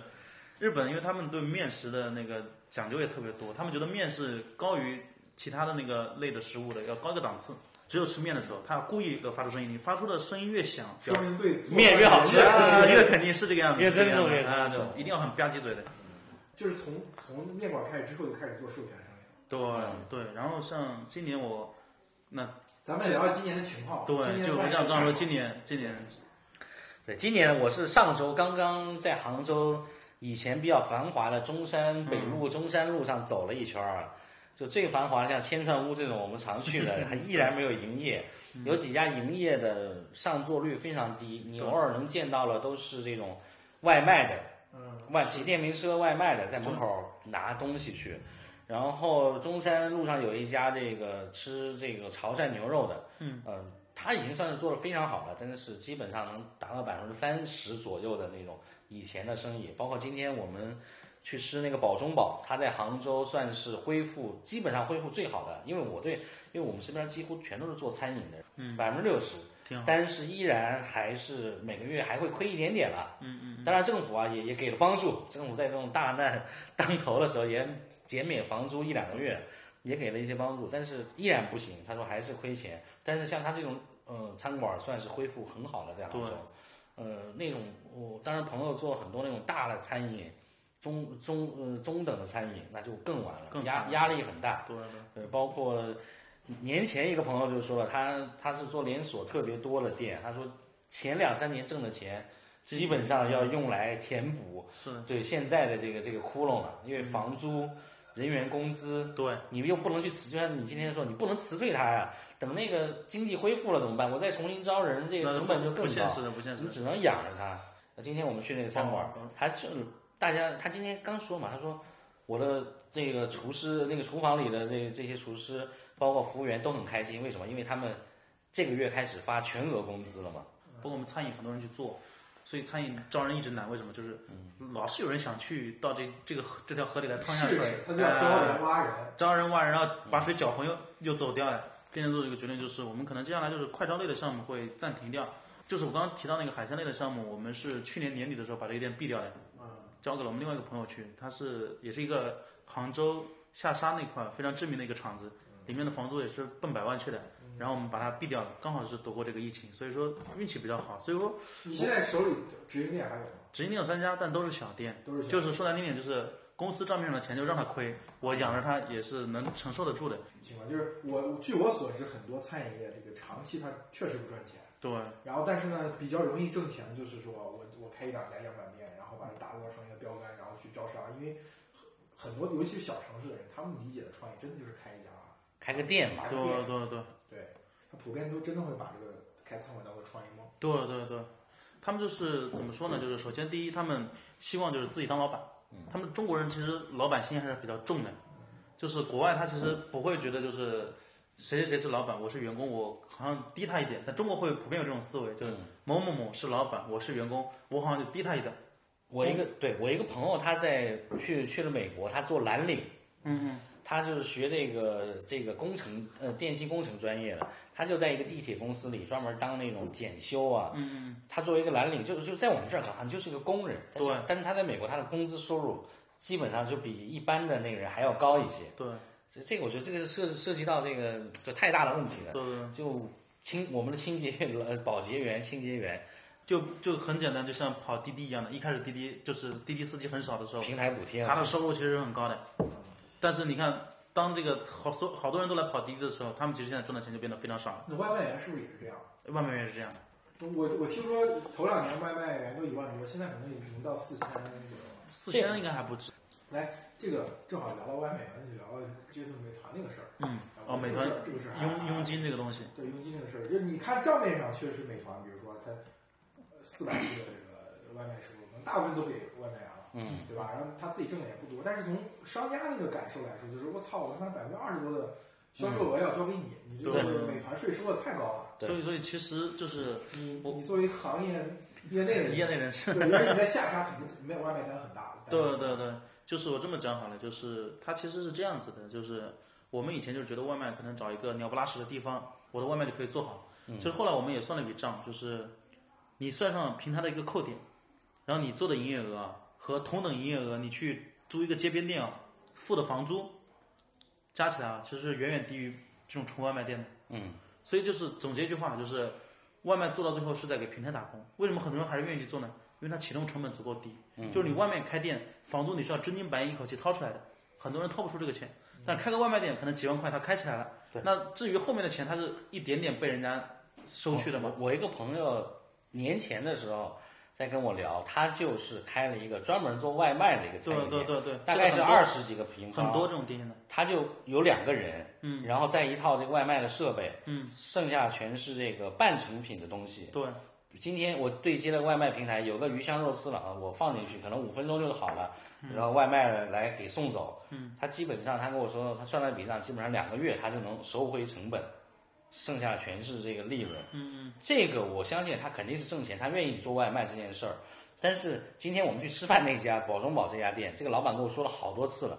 [SPEAKER 3] 日本因为他们对面食的那个讲究也特别多，他们觉得面是高于其他的那个类的食物的，要高一个档次。只有吃面的时候，他故意的发出声音，你发出的声音越响，
[SPEAKER 1] 说明对做
[SPEAKER 2] 面越好吃
[SPEAKER 1] 饭的人
[SPEAKER 2] 啊
[SPEAKER 3] 啊，越肯定是这个样子，
[SPEAKER 2] 越
[SPEAKER 3] 是这个
[SPEAKER 2] 尊重
[SPEAKER 3] 样子
[SPEAKER 2] 越尊
[SPEAKER 3] 啊，
[SPEAKER 2] 重
[SPEAKER 3] 对，一定要很吧唧嘴的。
[SPEAKER 1] 就是从从面馆开始之后就开始做授权商业。
[SPEAKER 3] 对
[SPEAKER 2] 嗯
[SPEAKER 3] 对，然后像今年我那
[SPEAKER 1] 咱们聊聊今年的情况，今
[SPEAKER 3] 对，
[SPEAKER 1] 年
[SPEAKER 3] 就
[SPEAKER 1] 三
[SPEAKER 3] 我
[SPEAKER 1] 月
[SPEAKER 3] 想刚
[SPEAKER 1] 份
[SPEAKER 3] 说，今年今年
[SPEAKER 2] 对，今年我是上周刚刚在杭州以前比较繁华的中山北路、中山路上走了一圈儿，就最繁华的像千串屋这种我们常去的，还依然没有营业，有几家营业的上座率非常低，你
[SPEAKER 3] 对
[SPEAKER 2] 偶尔能见到了都是这种外卖的，
[SPEAKER 1] 嗯，
[SPEAKER 2] 外骑电瓶车外卖的在门口拿东西去，然后中山路上有一家这个吃这个潮汕牛肉的，
[SPEAKER 3] 嗯
[SPEAKER 2] 呃，他已经算是做的非常好了，真的是基本上能达到百分之三十左右的那种以前的生意，包括今天我们去吃那个宝中宝，他在杭州算是恢复基本上恢复最好的，因为我对因为我们身边几乎全都是做餐饮的，
[SPEAKER 3] 嗯
[SPEAKER 2] 百分之六十，
[SPEAKER 3] 挺好，
[SPEAKER 2] 但是依然还是每个月还会亏一点点了。
[SPEAKER 3] 嗯嗯
[SPEAKER 2] 当然，政府啊也也给了帮助。政府在这种大难当头的时候，也减免房租一两个月，也给了一些帮助，但是依然不行。他说还是亏钱。但是像他这种呃餐馆，算是恢复很好的在杭州
[SPEAKER 3] 对。
[SPEAKER 2] 呃，那种我当然朋友做很多那种大的餐饮，中中呃中等的餐饮，那就更完了，
[SPEAKER 3] 更惨
[SPEAKER 2] 压
[SPEAKER 3] 了
[SPEAKER 2] 压力很大。
[SPEAKER 3] 对对，
[SPEAKER 2] 呃，包括年前一个朋友就说了，他他是做连锁特别多的店，他说前两三年挣的钱基本上要用来填补
[SPEAKER 3] 是的，
[SPEAKER 2] 对现在的这个这个窟窿了，因为房租、人员工资，
[SPEAKER 3] 对
[SPEAKER 2] 你又不能去辞，就像你今天说，你不能辞退他呀，等那个经济恢复了怎么办？我再重新招人，这个
[SPEAKER 3] 那
[SPEAKER 2] 成本就
[SPEAKER 3] 不
[SPEAKER 2] 更
[SPEAKER 3] 现
[SPEAKER 2] 高。
[SPEAKER 3] 实的，不现实
[SPEAKER 2] 你
[SPEAKER 3] 的，
[SPEAKER 2] 只能养着它。那今天我们去那个餐馆
[SPEAKER 3] 哦哦，
[SPEAKER 2] 他就大家，他今天刚说嘛，他说我的这个厨师，那个厨房里的这这些厨师，包括服务员都很开心，为什么？因为他们这个月开始发全额工资了嘛。
[SPEAKER 3] 包括我们餐饮很多人去做，所以餐饮招人一直难。为什么？就是老是有人想去到这这个河这条河里来趟下
[SPEAKER 1] 嗯是
[SPEAKER 3] 水，
[SPEAKER 1] 他就要招
[SPEAKER 3] 哎
[SPEAKER 1] 人嗯挖人，
[SPEAKER 3] 招人挖人，然后把水搅浑又又走掉了。今天做了一个决定，就是我们可能接下来就是快招类的项目会暂停掉。就是我刚刚提到那个海鲜类的项目，我们是去年年底的时候把这个店闭掉的，
[SPEAKER 1] 嗯，
[SPEAKER 3] 交给了我们另外一个朋友去，他是也是一个杭州下沙那块非常知名的一个厂子，里面的房租也是奔百万去的。然后我们把它闭掉了，刚好是躲过这个疫情，所以说运气比较好。所以说
[SPEAKER 1] 你现在手里直营店还有吗？
[SPEAKER 3] 直营店有三家，但都是小店，
[SPEAKER 1] 都是小店
[SPEAKER 3] 就是说难听点，就是公司账面上的钱就让他亏，我养着他也是能承受得住的。
[SPEAKER 1] 情况就是我据我所知，很多餐饮业这个长期它确实不赚钱。
[SPEAKER 3] 对，
[SPEAKER 1] 然后，但是呢，比较容易挣钱的就是说我我开一两家样板店，然后把它打造成一个标杆，然后去招商。因为很很多，尤其是小城市的人，他们理解的创业真的就是开一家啊，
[SPEAKER 2] 开个店嘛，
[SPEAKER 1] 开
[SPEAKER 3] 对
[SPEAKER 1] 个店，
[SPEAKER 3] 对对
[SPEAKER 1] 对，他普遍都真的会把这个开餐馆当做创业梦。
[SPEAKER 3] 对对对，他们就是怎么说呢？就是首先第一，他们希望就是自己当老板，他们中国人其实老板心还是比较重的，就是国外他其实不会觉得就是谁谁谁是老板，我是员工，我好像低他一点，但中国会普遍有这种思维，就是
[SPEAKER 2] 嗯
[SPEAKER 3] 某某某是老板，我是员工，我好像就低他一等。
[SPEAKER 2] 我一个
[SPEAKER 3] 嗯
[SPEAKER 2] 对我一个朋友，他在去去了美国，他做蓝领，
[SPEAKER 3] 嗯嗯，
[SPEAKER 2] 他就是学这个这个工程呃电气工程专业的，他就在一个地铁公司里专门当那种检修啊，
[SPEAKER 3] 嗯
[SPEAKER 2] 他作为一个蓝领，就就在我们这儿好像就是一个工人，但是
[SPEAKER 3] 对
[SPEAKER 2] 但是他在美国他的工资收入基本上就比一般的那个人还要高一些，
[SPEAKER 3] 嗯，对
[SPEAKER 2] 这这个我觉得这个是涉涉及到这个就太大的问题了，
[SPEAKER 3] 对对。
[SPEAKER 2] 就清我们的清洁呃保洁员、清洁员，
[SPEAKER 3] 就就很简单，就像跑滴滴一样的，一开始滴滴就是滴滴司机很少的时候，
[SPEAKER 2] 平台补贴
[SPEAKER 3] 他的收入其实是很高的。但是你看，当这个好多好多人都来跑滴滴的时候，他们其实现在赚的钱就变得非常少了。
[SPEAKER 1] 那外卖员是不是也是这样？
[SPEAKER 3] 外卖员也是这样的，
[SPEAKER 1] 我我听说头两年外卖员都一万多，现在可能已经到四千左右了。
[SPEAKER 3] 四千应该还不止。
[SPEAKER 1] 来，这个正好聊到外卖员，就聊到就是美团那个事儿。
[SPEAKER 3] 嗯，
[SPEAKER 1] 然后
[SPEAKER 3] 哦，美团
[SPEAKER 1] 这个事儿，啊
[SPEAKER 3] 佣佣金这个东西，
[SPEAKER 1] 对佣金这个事儿，就是你看账面上确实是美团，比如说它四百亿的这个外卖收入，可能大部分都给外卖员了，
[SPEAKER 2] 嗯，
[SPEAKER 1] 对吧？然后他自己挣的也不多，但是从商家那个感受来说，就是我操，我他妈百分之二十多的销售额要交给你，你这个
[SPEAKER 3] 对
[SPEAKER 1] 美团税收的太高了，
[SPEAKER 2] 对
[SPEAKER 3] 所以所以其实就是
[SPEAKER 1] 你
[SPEAKER 3] 我
[SPEAKER 1] 你作为行业业内的人，
[SPEAKER 3] 业内人士。
[SPEAKER 1] 对，而且你在下沙肯定没有外卖单很大，
[SPEAKER 3] 对对对，就是我这么讲好了，就是它其实是这样子的，就是我们以前就觉得外卖可能找一个鸟不拉屎的地方，我的外卖就可以做好。其实后来我们也算了一笔账，就是你算上平台的一个扣点，然后你做的营业额啊和同等营业额你去租一个街边店啊付的房租，加起来啊其实是远远低于这种纯外卖店的。
[SPEAKER 2] 嗯，
[SPEAKER 3] 所以就是总结一句话，就是外卖做到最后是在给平台打工。为什么很多人还是愿意去做呢？因为它启动成本足够低，
[SPEAKER 2] 嗯
[SPEAKER 3] 就是你外面开店，房租你是要真金白银一口气掏出来的，很多人掏不出这个钱。但开个外卖店可能几万块，他开起来了。那至于后面的钱，他是一点点被人家收去的嘛。
[SPEAKER 2] 我我一个朋友年前的时候在跟我聊，他就是开了一个专门做外哦卖的一个
[SPEAKER 3] 对
[SPEAKER 2] 餐饮
[SPEAKER 3] 对
[SPEAKER 2] 店，
[SPEAKER 3] 对对，
[SPEAKER 2] 大概是
[SPEAKER 3] 这个
[SPEAKER 2] 二十几个平
[SPEAKER 3] 很多
[SPEAKER 2] 方，
[SPEAKER 3] 很多这种店的。
[SPEAKER 2] 他就有两个人，
[SPEAKER 3] 嗯，
[SPEAKER 2] 然后再一套这个外卖的设备，
[SPEAKER 3] 嗯，
[SPEAKER 2] 剩下全是这个半成品的东西。
[SPEAKER 3] 对，
[SPEAKER 2] 今天我对接了外卖平台，有个鱼香肉丝了啊，我放进去可能五分钟就好了，
[SPEAKER 3] 嗯
[SPEAKER 2] 然后外卖来给送走。嗯，他基本上他跟我说，他算了一笔账，基本上两个月他就能收回成本，剩下全是这个利润。
[SPEAKER 3] 嗯嗯，
[SPEAKER 2] 这个我相信他肯定是挣钱，他愿意做外卖这件事儿。但是今天我们去吃饭那家宝中宝这家店，这个老板跟我说了好多次了，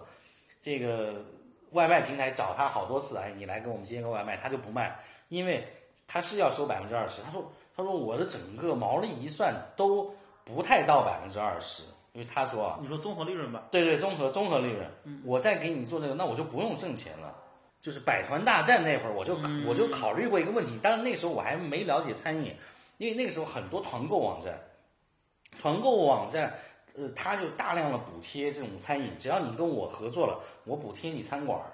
[SPEAKER 2] 这个外卖平台找他好多次，哎，你来给我们接个外卖，他就不卖，因为他是要收百分之二十。他说，他说我的整个毛利一算都不太到百分之二十，因为他说啊，
[SPEAKER 3] 你说综合利润吧，
[SPEAKER 2] 对对，综合综合利润，我再给你做这个，那我就不用挣钱了。就是百团大战那会儿，我就、我就考虑过一个问题，当然那时候我还没了解餐饮，因为那个时候很多团购网站，团购网站，呃，它就大量的补贴这种餐饮，只要你跟我合作了，我补贴你餐馆儿，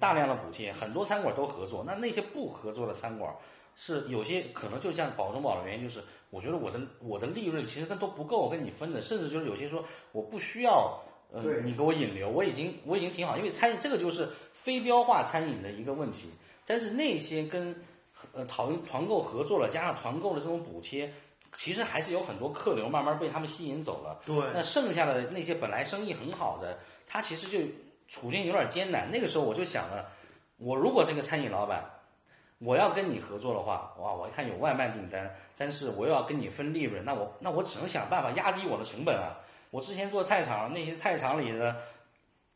[SPEAKER 2] 大量的补贴，很多餐馆都合作。那那些不合作的餐馆儿，是有些可能就像宝中宝的原因，就是我觉得我的我的利润其实跟都不够我跟你分的，甚至就是有些说我不需要，呃
[SPEAKER 1] 对，
[SPEAKER 2] 你给我引流，我已经我已经挺好，因为餐饮这个就是非标化餐饮的一个问题。但是那些跟呃团团购合作了，加上团购的这种补贴，其实还是有很多客流慢慢被他们吸引走了。
[SPEAKER 3] 对，
[SPEAKER 2] 那剩下的那些本来生意很好的，他其实就处境有点艰难。那个时候我就想了，我如果这个餐饮老板，我要跟你合作的话，哇，我一看有外卖订单，但是我又要跟你分利润，那我那我只能想办法压低我的成本啊。我之前做菜场，那些菜场里的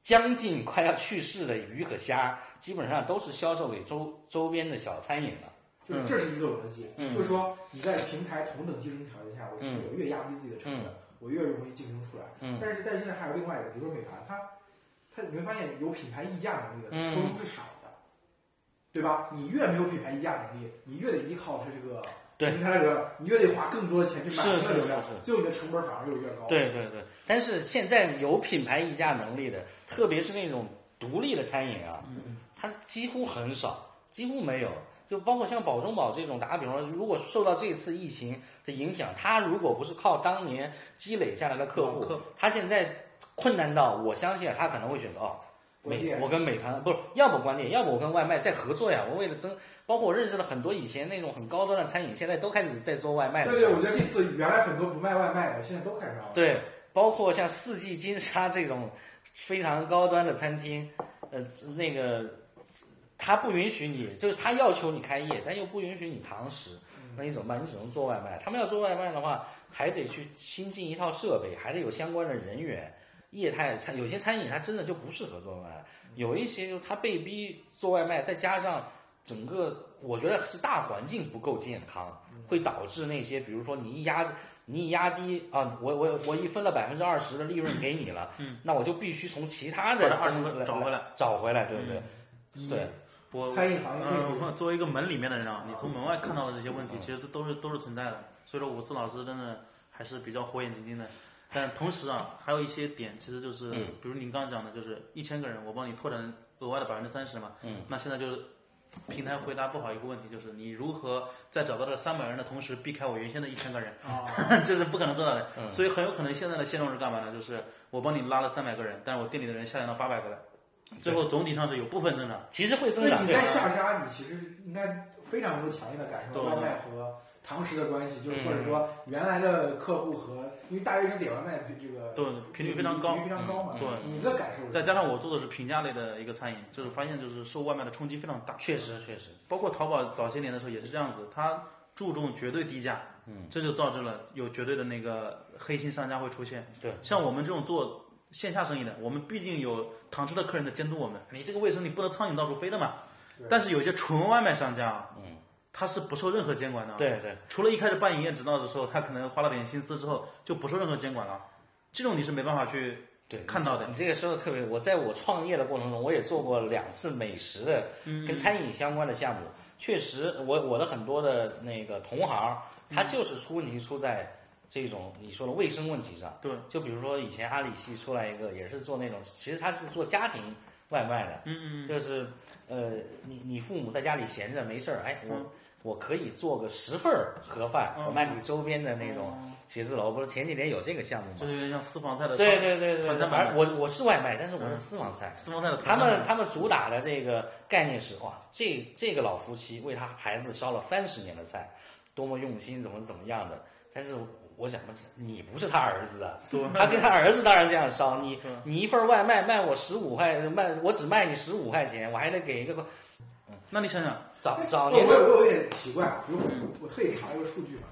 [SPEAKER 2] 将近快要去世的鱼和虾，基本上都是销售给周周边的小餐饮了。
[SPEAKER 1] 就是这是一个逻辑，
[SPEAKER 2] 嗯
[SPEAKER 1] 就是说你在平台同等竞争条件下，我其实我越压低自己的成本，我越容易竞争出来。
[SPEAKER 2] 嗯
[SPEAKER 1] 但是但是现在还有另外一个，比如说美团，它它你会发现有品牌溢价能力的
[SPEAKER 2] 嗯
[SPEAKER 1] 收入是少的，对吧？你越没有品牌溢价能力，你越得依靠它这个
[SPEAKER 2] 对
[SPEAKER 1] 平台的流量，你越得花更多的钱去买
[SPEAKER 2] 是
[SPEAKER 1] 它的流量
[SPEAKER 2] 是是，
[SPEAKER 1] 最后你的成本反而就越高。
[SPEAKER 2] 对对对，但是现在有品牌溢价能力的，特别是那种独立的餐饮
[SPEAKER 1] 嗯
[SPEAKER 2] 啊，它几乎很少，几乎没有。就包括像宝中宝这种，打个比方说，如果受到这次疫情的影响，它如果不是靠当年积累下来的客户
[SPEAKER 3] 老客户，
[SPEAKER 2] 它现在困难到，我相信啊，它可能会选择哦，
[SPEAKER 1] 关
[SPEAKER 2] 美
[SPEAKER 1] 键
[SPEAKER 2] 我跟美团不是，要么关店，要么我跟外卖在合作呀。我为了增，包括我认识了很多以前那种很高端的餐饮，现在都开始在做外卖的。
[SPEAKER 1] 对对，我觉得这次原来很多不卖外卖的，现在都开始卖外卖。
[SPEAKER 2] 对，包括像四季金沙这种非常高端的餐厅，呃，那个他不允许你，就是他要求你开业，但又不允许你堂食，那你怎么办？你只能做外卖。他们要做外卖的话，还得去新进一套设备，还得有相关的人员。业态餐有些餐饮它真的就不适合做外卖，有一些就是他被逼做外卖，再加上整个我觉得是大环境不够健康，
[SPEAKER 3] 嗯
[SPEAKER 2] 会导致那些比如说你一压你一压低啊，我我我一分了百分之二十的利润给你了，
[SPEAKER 3] 嗯
[SPEAKER 2] 那我就必须从其他
[SPEAKER 3] 把
[SPEAKER 2] 的
[SPEAKER 3] 这二十
[SPEAKER 2] 东西
[SPEAKER 3] 分找回来。嗯
[SPEAKER 2] 找回来，对不对？对，
[SPEAKER 3] 我
[SPEAKER 1] 餐饮行业内
[SPEAKER 3] 嗯，
[SPEAKER 1] 部
[SPEAKER 3] 我作为一个门里面的人啊，你从门外看到的这些问题，其实都是都是存在的。所以说，伍思老师真的还是比较火眼金睛的。但同时啊，还有一些点，其实就是，
[SPEAKER 2] 嗯
[SPEAKER 3] 比如您刚刚讲的，就是一千个人，我帮你拓展额外的百分之三十嘛。
[SPEAKER 2] 嗯。
[SPEAKER 3] 那现在就是平台回答不好一个问题，就是你如何在找到这三百人的同时，避开我原先的一千个人。
[SPEAKER 1] 啊，
[SPEAKER 3] 这是不可能做到的。
[SPEAKER 2] 嗯
[SPEAKER 3] 所以很有可能现在的现状是干嘛呢？就是我帮你拉了三百个人，但是我店里的人下降到八百个了，最后总体上是有部分增长。
[SPEAKER 2] 其实会
[SPEAKER 1] 所
[SPEAKER 2] 增
[SPEAKER 1] 以
[SPEAKER 2] 长
[SPEAKER 1] 你
[SPEAKER 2] 对
[SPEAKER 1] 在
[SPEAKER 2] 吧
[SPEAKER 1] 下沙，你其实应该非常能够强烈的感受到
[SPEAKER 3] 对
[SPEAKER 1] 外卖和堂食的关系，就是
[SPEAKER 2] 嗯
[SPEAKER 1] 或者说原来的客户和因为大学生点外卖这个
[SPEAKER 3] 对频率非常高
[SPEAKER 1] 频率非常高嘛，
[SPEAKER 3] 嗯对
[SPEAKER 1] 你的感受是
[SPEAKER 3] 再加上我做的是平价类的一个餐饮，就是发现就是受外卖的冲击非常大，
[SPEAKER 2] 确实确实，
[SPEAKER 3] 包括淘宝早些年的时候也是这样子，它注重绝对低价，嗯，这就导致了有绝对的那个黑心商家会出现。
[SPEAKER 2] 对，
[SPEAKER 3] 像我们这种做线下生意的，我们毕竟有堂吃的客人在监督我们，你这个卫生你不能苍蝇到处飞的嘛。
[SPEAKER 1] 对
[SPEAKER 3] 但是有些纯外卖商家啊，嗯，他是不受任何监管的啊，
[SPEAKER 2] 对对，
[SPEAKER 3] 除了一开始办营业执照的时候，他可能花了点心思之后就不受任何监管了，这种你是没办法去
[SPEAKER 2] 对，
[SPEAKER 3] 看到的
[SPEAKER 2] 你这个说的特别，我在我创业的过程中，我也做过两次美食的
[SPEAKER 3] 嗯
[SPEAKER 2] 跟餐饮相关的项目。确实，我我的很多的那个同行，他
[SPEAKER 3] 嗯
[SPEAKER 2] 就是出问题出在这种你说的卫生问题上。
[SPEAKER 3] 对，
[SPEAKER 2] 就比如说以前阿里系出来一个，也是做那种，其实他是做家庭外卖的，
[SPEAKER 3] 嗯嗯
[SPEAKER 2] 就是呃，你你父母在家里闲着没事儿，哎，我、我可以做个十份儿盒饭，
[SPEAKER 3] 嗯
[SPEAKER 2] 我卖给周边的那种
[SPEAKER 3] 哦
[SPEAKER 2] 写字楼，不是前几年有这个项目吗？
[SPEAKER 3] 就是有点像私房菜的
[SPEAKER 2] 对对对对
[SPEAKER 3] 团
[SPEAKER 2] 对，
[SPEAKER 3] 餐版嗯
[SPEAKER 2] 而我我是外卖，但是我是私房菜。
[SPEAKER 3] 私房菜的
[SPEAKER 2] 他
[SPEAKER 3] 团餐版
[SPEAKER 2] 们他们主打的这个概念是哇，这这个老夫妻为他孩子烧了三十年的菜，多么用心，怎么怎么样的。但是我想，你不是他儿子啊，他跟他儿子当然这样烧你
[SPEAKER 3] 对，
[SPEAKER 2] 你一份外卖卖我十五块，卖我只卖你十五块钱，我还得给一个
[SPEAKER 3] 那你想想，
[SPEAKER 2] 早
[SPEAKER 1] 哎
[SPEAKER 2] 早
[SPEAKER 1] 我
[SPEAKER 2] 年
[SPEAKER 1] 我有我有点奇怪啊，比如我
[SPEAKER 3] 嗯
[SPEAKER 1] 我特意查了一个数据嘛，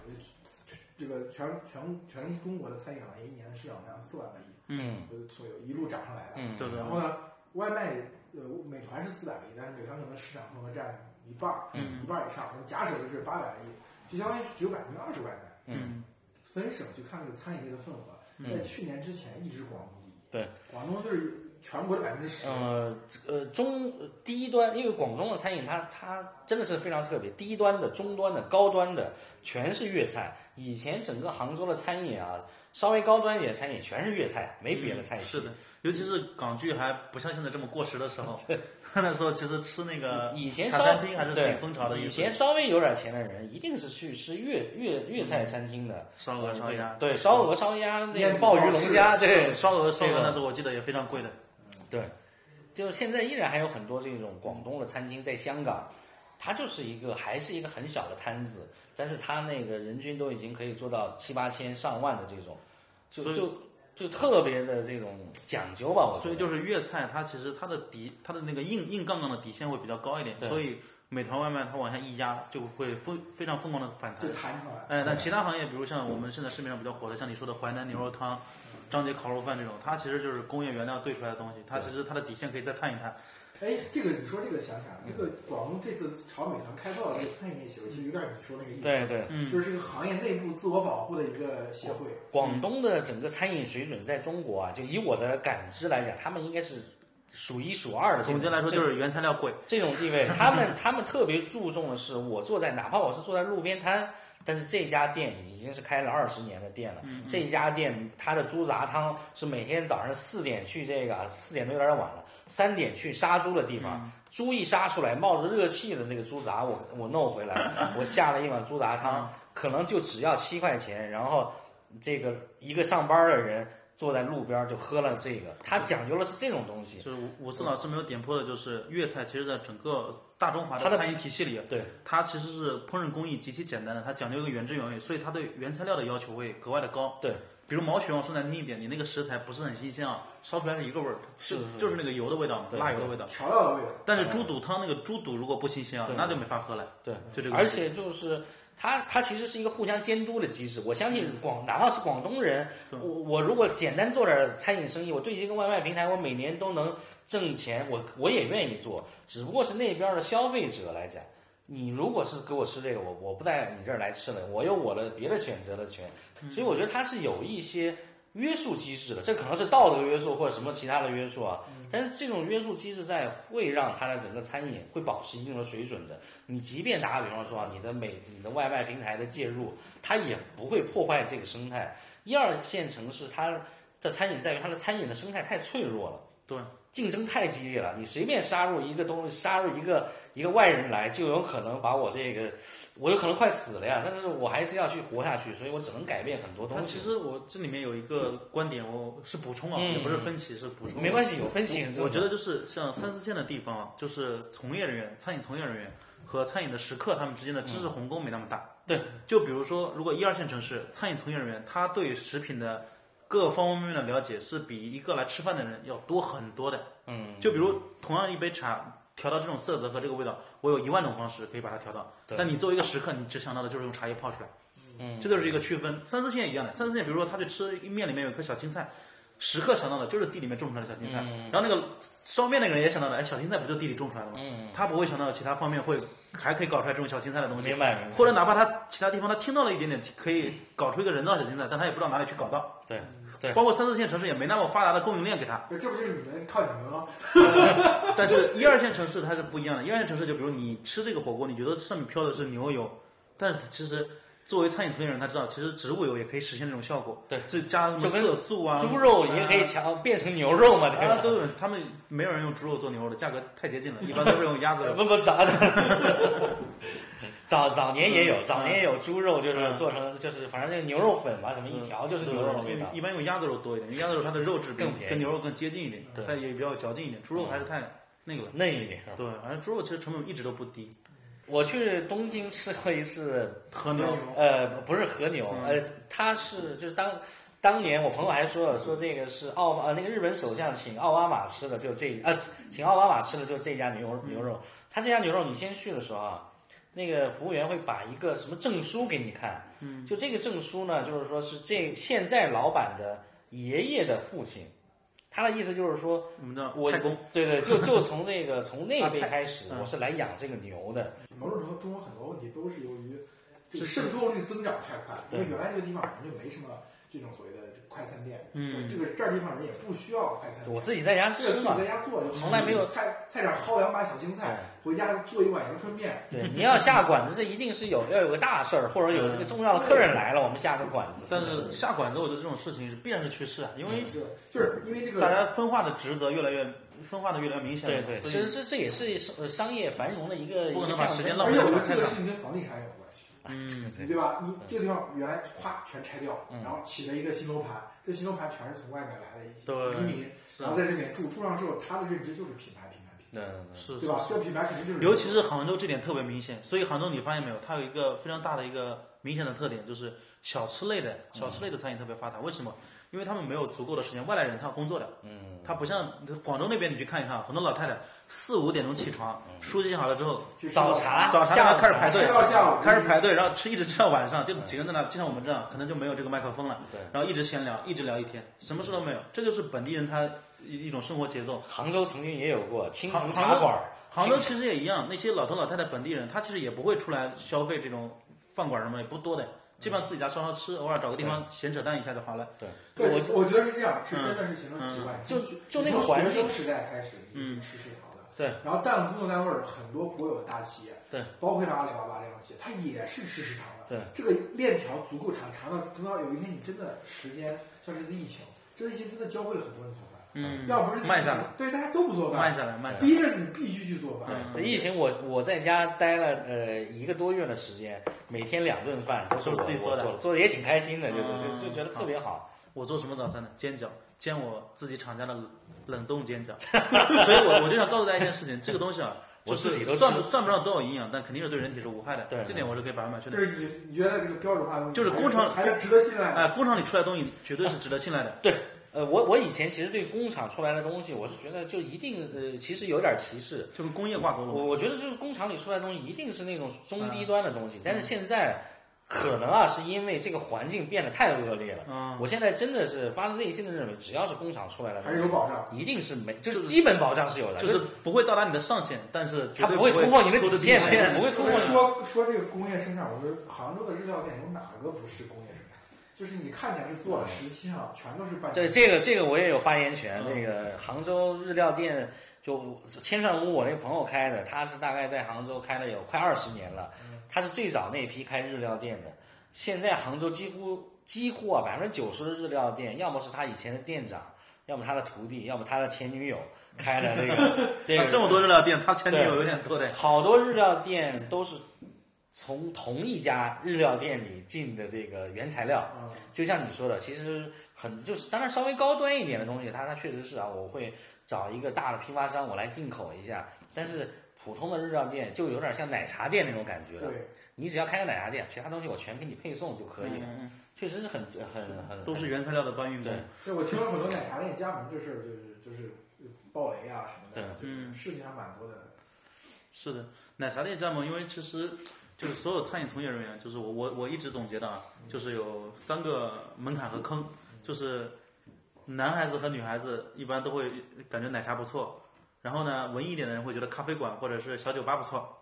[SPEAKER 1] 这个全全全中国的餐饮行业一年的市场量四万个亿，
[SPEAKER 2] 嗯
[SPEAKER 1] 呃所有一路涨上来的。
[SPEAKER 2] 嗯
[SPEAKER 3] 对对
[SPEAKER 1] 然后呢，外卖呃，美团是四百个亿，但是美团可能市场份额占一半儿，
[SPEAKER 3] 嗯
[SPEAKER 1] 一半儿以上。那么假设就是八百个亿，就相当于只有百分之二十外卖。
[SPEAKER 2] 嗯，
[SPEAKER 1] 分省去看这个餐饮业的份额，在去年之前一直是广东第一，
[SPEAKER 2] 对，
[SPEAKER 1] 广东就是全国的百分之十。
[SPEAKER 2] 呃呃中呃低端，因为广东的餐饮它它真的是非常特别，低端的、中端的、高端的全是粤菜。以前整个杭州的餐饮啊，稍微高端一点的餐饮全是粤菜，没别的菜系。
[SPEAKER 3] 嗯是的，尤其是港剧还不像现在这么过时的时候， 那时候其实吃那个
[SPEAKER 2] 以前
[SPEAKER 3] 茶
[SPEAKER 2] 稍
[SPEAKER 3] 餐厅还是
[SPEAKER 2] 对
[SPEAKER 3] 挺风潮的，
[SPEAKER 2] 以前稍微有点钱的人，一定是去吃粤粤粤菜餐厅的，
[SPEAKER 3] 嗯烧鹅烧鸭，
[SPEAKER 2] 对，烧鹅、烧鸭、那
[SPEAKER 1] 面
[SPEAKER 2] 个鲍鱼、
[SPEAKER 1] 包
[SPEAKER 2] 龙
[SPEAKER 1] 是
[SPEAKER 2] 虾，对
[SPEAKER 3] 对，，烧鹅烧
[SPEAKER 2] 这
[SPEAKER 3] 鹅
[SPEAKER 2] 个
[SPEAKER 3] 那时候我记得也非常贵的，
[SPEAKER 2] 就是现在依然还有很多这种广东的餐厅在香港，它就是一个还是一个很小的摊子，但是它那个人均都已经可以做到七八千、上万的这种，就
[SPEAKER 3] 所以
[SPEAKER 2] 就就特别的这种讲究吧，我觉
[SPEAKER 3] 所以
[SPEAKER 2] 得。
[SPEAKER 3] 就是粤菜，它其实它的底，它的那个硬硬杠杠的底线会比较高一点，
[SPEAKER 2] 对
[SPEAKER 3] 所以美团外卖它往下一压，就会疯非常疯狂的反弹
[SPEAKER 1] 就。弹出来，
[SPEAKER 3] 哎，但其他行业，比如像我们现在市面上比较火的，像你说的淮南牛肉汤、张杰烤肉饭这种，它其实就是工业原料兑出来的东西，它其实它的底线可以再探一探。
[SPEAKER 1] 哎，这个你说这个想想，这个广东这次朝美团开炮的这个餐饮业协会，其实有点你说那个意思，
[SPEAKER 2] 对对，
[SPEAKER 3] 嗯，
[SPEAKER 1] 就是这个行业内部自我保护的一个协会。
[SPEAKER 2] 广东的整个餐饮水准在中国啊，就以我的感知来讲，他们应该是数一数二的这种。
[SPEAKER 3] 总结来说
[SPEAKER 2] 这
[SPEAKER 3] 就是原材料贵。
[SPEAKER 2] 这种地位，他们他们特别注重的是，我坐在哪怕我是坐在路边摊，但是这家店已经是开了二十年的店了。这家店它的猪杂汤是每天早上四点去这个，四点都有点晚了，三点去杀猪的地方，猪一杀出来冒着热气的那个猪杂我，我弄回来，我下了一碗猪杂
[SPEAKER 3] 嗯
[SPEAKER 2] 汤，
[SPEAKER 3] 啊
[SPEAKER 2] 可能就只要七块钱，然后这个一个上班的人坐在路边就喝了这个，他讲究的是这种东西。
[SPEAKER 3] 就是伍伍思老师没有点破的，就是粤菜，其实在整个大中华
[SPEAKER 2] 它的
[SPEAKER 3] 的餐饮体系里，
[SPEAKER 2] 对，
[SPEAKER 3] 它其实是烹饪工艺极其简单的，它讲究一个原汁原味，所以它对原材料的要求会格外的高。
[SPEAKER 2] 对，
[SPEAKER 3] 比如毛血旺说难听一点，你那个食材不是很新鲜啊，烧出来是一个味儿，
[SPEAKER 2] 是
[SPEAKER 3] 就是就是那个油的味道嘛，
[SPEAKER 2] 对
[SPEAKER 3] 辣油的味道。
[SPEAKER 1] 调料的味道，
[SPEAKER 3] 但是猪肚汤那个猪肚如果不新鲜啊
[SPEAKER 2] 对，
[SPEAKER 3] 那就没法喝了。
[SPEAKER 2] 对，
[SPEAKER 3] 就这个
[SPEAKER 2] 而且就是它，它其实是一个互相监督的机制。我相信广，哪怕是广东人，我我如果简单做点餐饮生意，我对接个外卖平台，我每年都能挣钱，我我也愿意做。只不过是那边的消费者来讲。你如果是给我吃这个，我
[SPEAKER 3] 嗯
[SPEAKER 2] 我不在你这儿来吃了，我有我的别的选择的权，所以我觉得它是有一些约束机制的，这可能是道德约束或者什么其他的约束啊。
[SPEAKER 3] 嗯
[SPEAKER 2] 但是这种约束机制在会让它的整个餐饮会保持一定的水准的。你即便打个比方说啊，你的美你的外卖平台的介入，它也不会破坏这个生态。一二线城市它的餐饮在于它的餐饮的生态太脆弱了。
[SPEAKER 3] 对，
[SPEAKER 2] 竞争太激烈了，你随便杀入一个东，杀入一个一个外人来，就有可能把我这个，我有可能快死了呀。但是我还是要去活下去，所以我只能改变很多
[SPEAKER 3] 它
[SPEAKER 2] 东西
[SPEAKER 3] 其。实我这里面有一个观点，我是补充啊，
[SPEAKER 2] 嗯
[SPEAKER 3] 也不是分歧，是补充。
[SPEAKER 2] 没关系，有分歧。
[SPEAKER 3] 我我觉得就是像三四线的地方啊，就是从业人员、餐饮从业人员和餐饮的食客他们之间的知识鸿沟没那么大。
[SPEAKER 2] 对，
[SPEAKER 3] 就比如说，如果一二线城市餐饮从业人员他对食品的各方方面面的了解是比一个来吃饭的人要多很多的。
[SPEAKER 2] 嗯，
[SPEAKER 3] 就比如同样一杯茶。调到这种色泽和这个味道，我有一万种方式可以把它调到。
[SPEAKER 2] 对
[SPEAKER 3] 但你作为一个食客，你只想到的就是用茶叶泡出来。
[SPEAKER 2] 嗯，
[SPEAKER 3] 这就是一个区分。三四线也一样的，三四线比如说他去吃面里面有一颗小青菜，食客想到的就是地里面种出来的小青菜，
[SPEAKER 2] 嗯
[SPEAKER 3] 然后那个烧面那个人也想到了，哎，小青菜不就地里种出来的吗？
[SPEAKER 2] 嗯
[SPEAKER 3] 他不会想到其他方面会还可以搞出来这种小青菜的东西，
[SPEAKER 2] 明白明白
[SPEAKER 3] 或者哪怕他其他地方他听到了一点点可以搞出一个人造小青菜，但他也不知道哪里去搞到。
[SPEAKER 2] 对对，
[SPEAKER 3] 包括三四线城市也没那么发达的供应链给他，
[SPEAKER 1] 这不就是你们靠你们了？
[SPEAKER 3] 但是一二线城市它是不一样的。一二线城市就比如你吃这个火锅，你觉得上面飘的是牛油，但是其实作为餐饮从业人，他知道其实植物油也可以实现这种效果。
[SPEAKER 2] 对
[SPEAKER 3] 这加什么
[SPEAKER 2] 就跟
[SPEAKER 3] 色素啊，
[SPEAKER 2] 猪肉也可以强变成牛肉嘛，对
[SPEAKER 3] 啊，
[SPEAKER 2] 吧？
[SPEAKER 3] 都有。他们没有人用猪肉做牛肉的，价格太接近了，一般都是用鸭 子肉。
[SPEAKER 2] 不不早的，早早年也有，早年也有猪肉，就是
[SPEAKER 3] 嗯
[SPEAKER 2] 做成就是反正那个牛肉粉嘛，什么一条就是牛肉的味道。
[SPEAKER 3] 一般用鸭子肉多一点，因为鸭子肉它的肉质比
[SPEAKER 2] 更便宜
[SPEAKER 3] 跟牛肉更接近一点，
[SPEAKER 2] 对嗯
[SPEAKER 3] 但也比较有嚼劲一点。猪肉还是太那个了。
[SPEAKER 2] 嫩一点是吧？
[SPEAKER 3] 对，反正猪肉其实成本一直都不低，
[SPEAKER 2] 我去东京吃过一次
[SPEAKER 3] 和牛
[SPEAKER 2] 呃，不是和牛，
[SPEAKER 3] 嗯
[SPEAKER 2] 呃，他是就是当当年我朋友还说了，说这个是奥巴呃那个日本首相请奥巴马吃的，就这呃请奥巴马吃的就这家牛牛肉，他这家牛肉你先去的时候啊。那个服务员会把一个什么证书给你看，嗯，就这个证书呢，就是说是这现在老板的爷爷的父亲，他的意思就是说，
[SPEAKER 3] 我们叫
[SPEAKER 2] 我
[SPEAKER 3] 太公。
[SPEAKER 2] 对对，就就从这个从那一辈
[SPEAKER 3] 啊太
[SPEAKER 2] 开始，
[SPEAKER 3] 嗯
[SPEAKER 2] 我是来养这个牛的，
[SPEAKER 1] 某种程度，中国很多问题都是由于这个渗透率增长太快了，因为
[SPEAKER 2] 对
[SPEAKER 1] 原来这个地方本来就没什么这种所谓的快餐店，
[SPEAKER 3] 嗯
[SPEAKER 1] 这个这儿地方人也不需要快餐店，
[SPEAKER 2] 我自己在家
[SPEAKER 1] 嗯这个
[SPEAKER 2] 吃
[SPEAKER 1] 自己
[SPEAKER 2] 嘛，哎
[SPEAKER 1] 在家做就好
[SPEAKER 2] 从来没有
[SPEAKER 1] 菜菜场薅两把小青菜，回家做一碗阳春面，
[SPEAKER 2] 对，你要下馆子，这一定是有要有个大事儿，或者有这个重要的客人来了，我们下个馆子。
[SPEAKER 3] 嗯但是下馆子，我觉得这种事情是必然是趋势啊，因为
[SPEAKER 1] 就就是因为这
[SPEAKER 3] 大
[SPEAKER 1] 个
[SPEAKER 3] 家分化的职责越来越分化的越来越明显了
[SPEAKER 2] 对
[SPEAKER 3] 嘛，
[SPEAKER 2] 对，其
[SPEAKER 3] 所以
[SPEAKER 2] 实这这也是商呃商业繁荣的一个一
[SPEAKER 3] 不
[SPEAKER 2] 个
[SPEAKER 3] 能把
[SPEAKER 2] 象
[SPEAKER 3] 时间
[SPEAKER 2] 征。
[SPEAKER 3] 浪
[SPEAKER 1] 而
[SPEAKER 3] 费
[SPEAKER 1] 且
[SPEAKER 3] 在
[SPEAKER 1] 我觉得这
[SPEAKER 3] 炒菜
[SPEAKER 1] 个
[SPEAKER 3] 上
[SPEAKER 1] 事。情跟房地产有关系，
[SPEAKER 3] 嗯，
[SPEAKER 1] 对吧？你这个地方原来咵全拆掉，然后起了一个新楼盘，这新楼盘全是从外面来的
[SPEAKER 3] 对
[SPEAKER 1] 移民，
[SPEAKER 3] 是啊
[SPEAKER 1] 然后在这边住，住上之后，他的认知就是品牌，品牌，品
[SPEAKER 2] 嗯，
[SPEAKER 3] 是
[SPEAKER 1] 牌，
[SPEAKER 3] 是
[SPEAKER 1] 对吧？这品牌肯定就是
[SPEAKER 3] 尤其是杭州这点特别明显，所以杭州你发现没有，它有一个非常大的一个明显的特点，就是小吃类的小吃类的餐饮特别发达。为什么？因为他们没有足够的时间，外来人他要工作的，
[SPEAKER 2] 嗯，
[SPEAKER 3] 他不像广州那边你去看一看，很多老太太四五点钟起床，梳洗好了之后，
[SPEAKER 1] 嗯去吃
[SPEAKER 2] 早
[SPEAKER 1] 到
[SPEAKER 2] 茶
[SPEAKER 3] 早
[SPEAKER 2] 下
[SPEAKER 3] 茶
[SPEAKER 2] 午
[SPEAKER 3] 开始排队
[SPEAKER 1] 吃到下午，
[SPEAKER 3] 开始排队，然后吃一直吃到晚上，就几个人在那，就像我们这样，可能就没有这个麦克风了，
[SPEAKER 2] 对
[SPEAKER 3] 然后一直闲聊，一直聊一天，什么事都没有，这就是本地人他一一种生活节奏。
[SPEAKER 2] 杭州曾经也有过青
[SPEAKER 3] 杭
[SPEAKER 2] 城茶馆，
[SPEAKER 3] 杭州其实也一样，那些老头老太太本地人，他其实也不会出来消费这种饭馆什么也不多的，基本上自己家烧烧吃，偶尔找个地方闲扯淡一下就好了。
[SPEAKER 2] 对，
[SPEAKER 1] 对，
[SPEAKER 2] 我
[SPEAKER 1] 我觉得是这样，是
[SPEAKER 3] 嗯嗯
[SPEAKER 1] 真的是形成习惯。
[SPEAKER 2] 就
[SPEAKER 1] 从
[SPEAKER 2] 就那个环境
[SPEAKER 1] 从学生时代开始，你是吃食堂的。
[SPEAKER 2] 对，
[SPEAKER 1] 然后但工作单位儿很多国有的大企业，
[SPEAKER 2] 对，
[SPEAKER 1] 包括像阿里巴巴这样的企业，它也是吃食堂的。
[SPEAKER 2] 对，
[SPEAKER 1] 这个链条足够长，长到等到有一天你真的时间，像这次疫情，这次疫情真的教会了很多人做饭。
[SPEAKER 3] 嗯，
[SPEAKER 1] 要不是
[SPEAKER 3] 慢下来，，
[SPEAKER 1] 对，大家都不做
[SPEAKER 3] 慢
[SPEAKER 1] 饭，
[SPEAKER 3] 下来，慢下来。
[SPEAKER 1] 逼着你必须去做
[SPEAKER 2] 对
[SPEAKER 3] 嗯
[SPEAKER 1] 饭。，
[SPEAKER 2] 这疫情我我在家待了呃一个多月的时间，每天两顿饭都是我
[SPEAKER 3] 都是自
[SPEAKER 2] 我
[SPEAKER 3] 己做的
[SPEAKER 2] 做的，做的也挺开心的，就是
[SPEAKER 3] 嗯
[SPEAKER 2] 就就觉得特别好。
[SPEAKER 3] 我做什么早餐呢？煎饺，煎我自己厂家的冷冻煎饺。 所以我我就想告诉大家一件事情，这个东西啊，
[SPEAKER 2] 我
[SPEAKER 3] 就是
[SPEAKER 2] 自己都吃
[SPEAKER 3] 算不算不上多少营养，但肯定是对人体是无害的。
[SPEAKER 2] 对
[SPEAKER 3] 这点我是可以百分百确
[SPEAKER 1] 就
[SPEAKER 3] 定。
[SPEAKER 1] 是你你觉得这个标准化的东西，
[SPEAKER 3] 就是工厂
[SPEAKER 1] 还是值得信赖的。
[SPEAKER 3] 哎，工厂里出来的东西绝对是值得信赖的。
[SPEAKER 2] 对，呃，我我以前其实对工厂出来的东西，我是觉得就一定呃，其实有点歧视。
[SPEAKER 3] 就跟工业挂钩了
[SPEAKER 2] 我
[SPEAKER 3] 嘛。
[SPEAKER 2] 我觉得就是工厂里出来的东西一定是那种中低端的东西，但是现在可能啊，是因为这个环境变得太恶劣了。
[SPEAKER 3] 嗯，
[SPEAKER 2] 我现在真的是发自内心的认为，只要是工厂
[SPEAKER 3] 哎
[SPEAKER 2] 出来的
[SPEAKER 1] 还
[SPEAKER 2] 东
[SPEAKER 1] 是有
[SPEAKER 2] 西，
[SPEAKER 1] 保障，
[SPEAKER 2] 一定是没，就是基本保障是有的，
[SPEAKER 3] 就是不会到达你的上限，但是绝
[SPEAKER 2] 它
[SPEAKER 3] 对
[SPEAKER 2] 不会突破你的
[SPEAKER 3] 突
[SPEAKER 2] 底
[SPEAKER 3] 破
[SPEAKER 2] 线，
[SPEAKER 3] 线啊
[SPEAKER 2] 不会突破你。
[SPEAKER 1] 说说这个工业生产，我说杭州的日料店有哪个不是工业生产？就是你看见是做了，实际上全都是半成
[SPEAKER 2] 这
[SPEAKER 1] 品。
[SPEAKER 2] 这个这个我也有发言权。
[SPEAKER 3] 嗯
[SPEAKER 2] 那个杭州日料店就千蒜屋，我那个朋友开的，他是大概在杭州开了有快二十年了，
[SPEAKER 3] 嗯
[SPEAKER 2] 他是最早那一批开日料店的。现在杭州几乎几乎啊百分之九十的日料店，要么是他以前的店长，要么他的徒弟，要么他的前女友开了这 个这
[SPEAKER 3] 他
[SPEAKER 2] 个
[SPEAKER 3] 啊这么多日料店，他前女友有点多的。
[SPEAKER 2] 好多日料店都是从同一家日料店里进的这个原材料。
[SPEAKER 1] 嗯，
[SPEAKER 2] 就像你说的，其实很就是，当然稍微高端一点的东西，它它确实是啊，我会找一个大的批发商我来进口一下。但是普通的日料店就有点像奶茶店那种感觉了，
[SPEAKER 1] 对，
[SPEAKER 2] 你只要开个奶茶店，其他东西我全给你配送就可以了。确实是很很很
[SPEAKER 3] 嗯都是原材料的搬运工
[SPEAKER 2] 对。
[SPEAKER 1] 对我听说很多奶茶店加盟这事儿，就是就是爆雷啊什么的，
[SPEAKER 3] 对嗯
[SPEAKER 1] 事情还蛮多的。
[SPEAKER 3] 是的，奶茶店加盟，因为其实就是所有餐饮从业人员，就是我我我一直总结的，啊，就是有三个门槛和坑，就是男孩子和女孩子一般都会感觉奶茶不错，然后呢，文艺一点的人会觉得咖啡馆或者是小酒吧不错。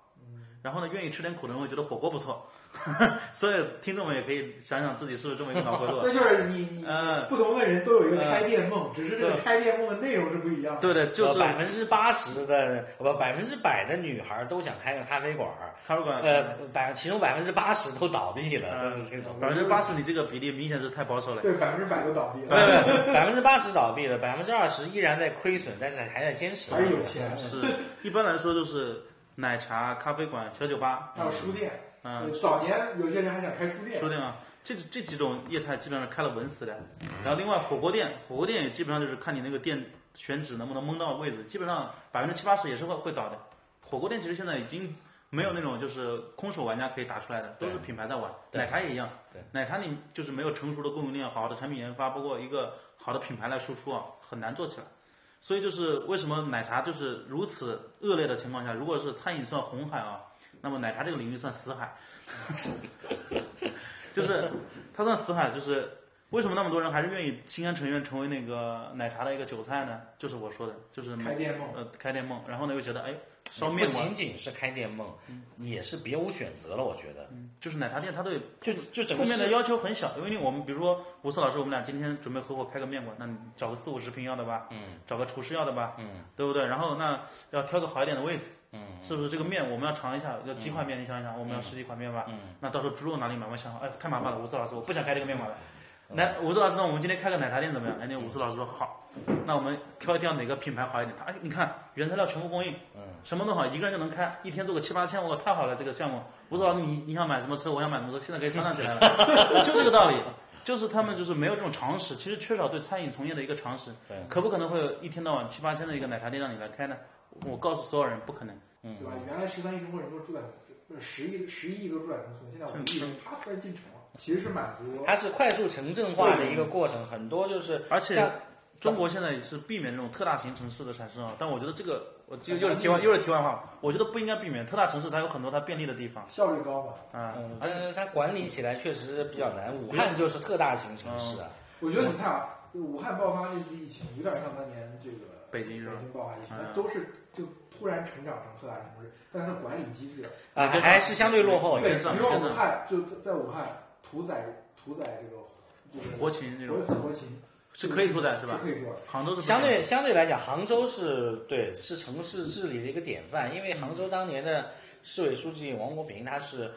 [SPEAKER 3] 然后呢，愿意吃点苦的人会觉得火锅不错， 所以听众们也可以想想自己是不是这么一个脑回路啊。
[SPEAKER 1] 对，就是你你
[SPEAKER 3] 嗯
[SPEAKER 1] 不同的人都有一个开店梦，只是这个开店梦的内容是不一样的。
[SPEAKER 3] 对对，就是
[SPEAKER 2] 呃百分之八十的不百分之百的女孩都想开个咖啡馆儿，
[SPEAKER 3] 咖啡馆，
[SPEAKER 2] 呃，百其中百分之八十都倒闭了，
[SPEAKER 3] 嗯
[SPEAKER 2] 都是这种。
[SPEAKER 3] 百分之八十，你这个比例明显是太保守了。
[SPEAKER 1] 对，百分之百都倒闭
[SPEAKER 2] 没有
[SPEAKER 1] 了，
[SPEAKER 2] 没有，百分之八十倒闭了，百分之二十依然在亏损，但是还在坚持。嗯
[SPEAKER 1] 还是有钱，
[SPEAKER 3] 是，一般来说就是奶茶、咖啡馆、小酒吧，
[SPEAKER 1] 还有书店。
[SPEAKER 3] 嗯，
[SPEAKER 1] 早年有些人还想开书店
[SPEAKER 3] 说，定啊，这这几种业态基本上开了稳死的。然后另外火锅店，火锅店也基本上就是看你那个店选址能不能蒙到位置，基本上百分之七八十也是会会倒的。火锅店其实现在已经没有那种就是空手玩家可以打出来的，都是品牌在玩。
[SPEAKER 2] 对
[SPEAKER 3] 奶茶也一样
[SPEAKER 2] 对，
[SPEAKER 3] 奶茶你就是没有成熟的供应链、好好的产品研发，包括一个好的品牌来输出啊，很难做起来。所以就是为什么奶茶就是如此恶劣的情况下，如果是餐饮算红海啊，那么奶茶这个领域算死海， 就是它算死海，就是为什么那么多人还是愿意心甘情愿成为那个奶茶的一个韭菜呢？就是我说的，就是
[SPEAKER 1] 开店梦。
[SPEAKER 3] 呃开店梦，然后呢又觉得哎烧
[SPEAKER 2] 不
[SPEAKER 3] 面嗯嘛，
[SPEAKER 2] 仅仅是开店梦，也是别无选择了。我觉得，
[SPEAKER 3] 就是奶茶店它对
[SPEAKER 2] 就就整
[SPEAKER 3] 后
[SPEAKER 2] 个
[SPEAKER 3] 面的
[SPEAKER 2] 市
[SPEAKER 3] 要求很小，因为你我们比如说吴四老师，我们俩今天准备合伙开个面馆，那你找个四五十平要的吧，
[SPEAKER 2] 嗯
[SPEAKER 3] 找个厨师要的吧，
[SPEAKER 2] 嗯
[SPEAKER 3] 对不对？然后那要挑个好一点的位置，
[SPEAKER 2] 嗯
[SPEAKER 3] 是不是？这个面我们要尝一下，要几款面？你想一想，我们要十几款面吧？
[SPEAKER 2] 嗯，
[SPEAKER 3] 那到时候猪肉哪里买？我想好，哎，太麻烦了，吴四老师，我不想开这个面馆了。
[SPEAKER 2] 嗯
[SPEAKER 3] 来，吴四老师，那我们今天开个奶茶店怎么样？哎，那吴四老师说好，那我们挑一挑哪个品牌好一点？他哎，你看原材料全部供应，
[SPEAKER 2] 嗯，
[SPEAKER 3] 什么都好，一个人就能开，一天做个七八千，我太好了，这个项目。吴四老师，你你想买什么车？我想买什么车，现在可以商量起来了，就这个道理。就是他们就是没有这种常识，其实缺少对餐饮从业的一个常识。
[SPEAKER 2] 对，
[SPEAKER 3] 可不可能会有一天到晚七八千的一个奶茶店让你来开呢？我告诉所有人，不可能。
[SPEAKER 1] 对
[SPEAKER 3] 嗯
[SPEAKER 1] 吧？原来十三亿中国人都住在不是十亿十亿都住在农村，现在五亿人啪突然进城了，其实是满足
[SPEAKER 2] 它是快速城镇化的一个过程，很多就是
[SPEAKER 3] 而且
[SPEAKER 2] 像
[SPEAKER 3] 中国现在也是避免这种特大型城市的产生啊，但我觉得这个，我这个又是题外又是题外话，我觉得不应该避免。特大城市它有很多它便利的地方
[SPEAKER 1] 效率高嘛。
[SPEAKER 3] 啊，嗯
[SPEAKER 2] 嗯，但是它管理起来确实比较难。武汉就是特大型城市啊，
[SPEAKER 1] 我觉得你看啊，武汉爆发这次疫情，有点像当年这个
[SPEAKER 3] 北京是
[SPEAKER 1] 北
[SPEAKER 3] 吧？
[SPEAKER 1] 京爆发疫情，
[SPEAKER 3] 嗯
[SPEAKER 1] 那都是就突然成长成特大城市，但是它管理机制，
[SPEAKER 2] 啊，
[SPEAKER 3] 嗯对
[SPEAKER 2] 还是相嗯对落后。
[SPEAKER 3] 哦
[SPEAKER 1] 对，
[SPEAKER 2] 也
[SPEAKER 3] 跟
[SPEAKER 1] 比
[SPEAKER 2] 是
[SPEAKER 3] 上
[SPEAKER 1] 如说
[SPEAKER 3] 跟上
[SPEAKER 1] 武汉就在武汉屠宰屠宰这个这
[SPEAKER 3] 国情这种
[SPEAKER 1] 个活活禽
[SPEAKER 3] 是可以住的，是吧
[SPEAKER 1] 是？可以做的，
[SPEAKER 3] 杭州是不
[SPEAKER 2] 相
[SPEAKER 3] 行
[SPEAKER 2] 对相对来讲，杭州是对是城市治理的一个典范，因为杭州当年的市委书记王国平，他是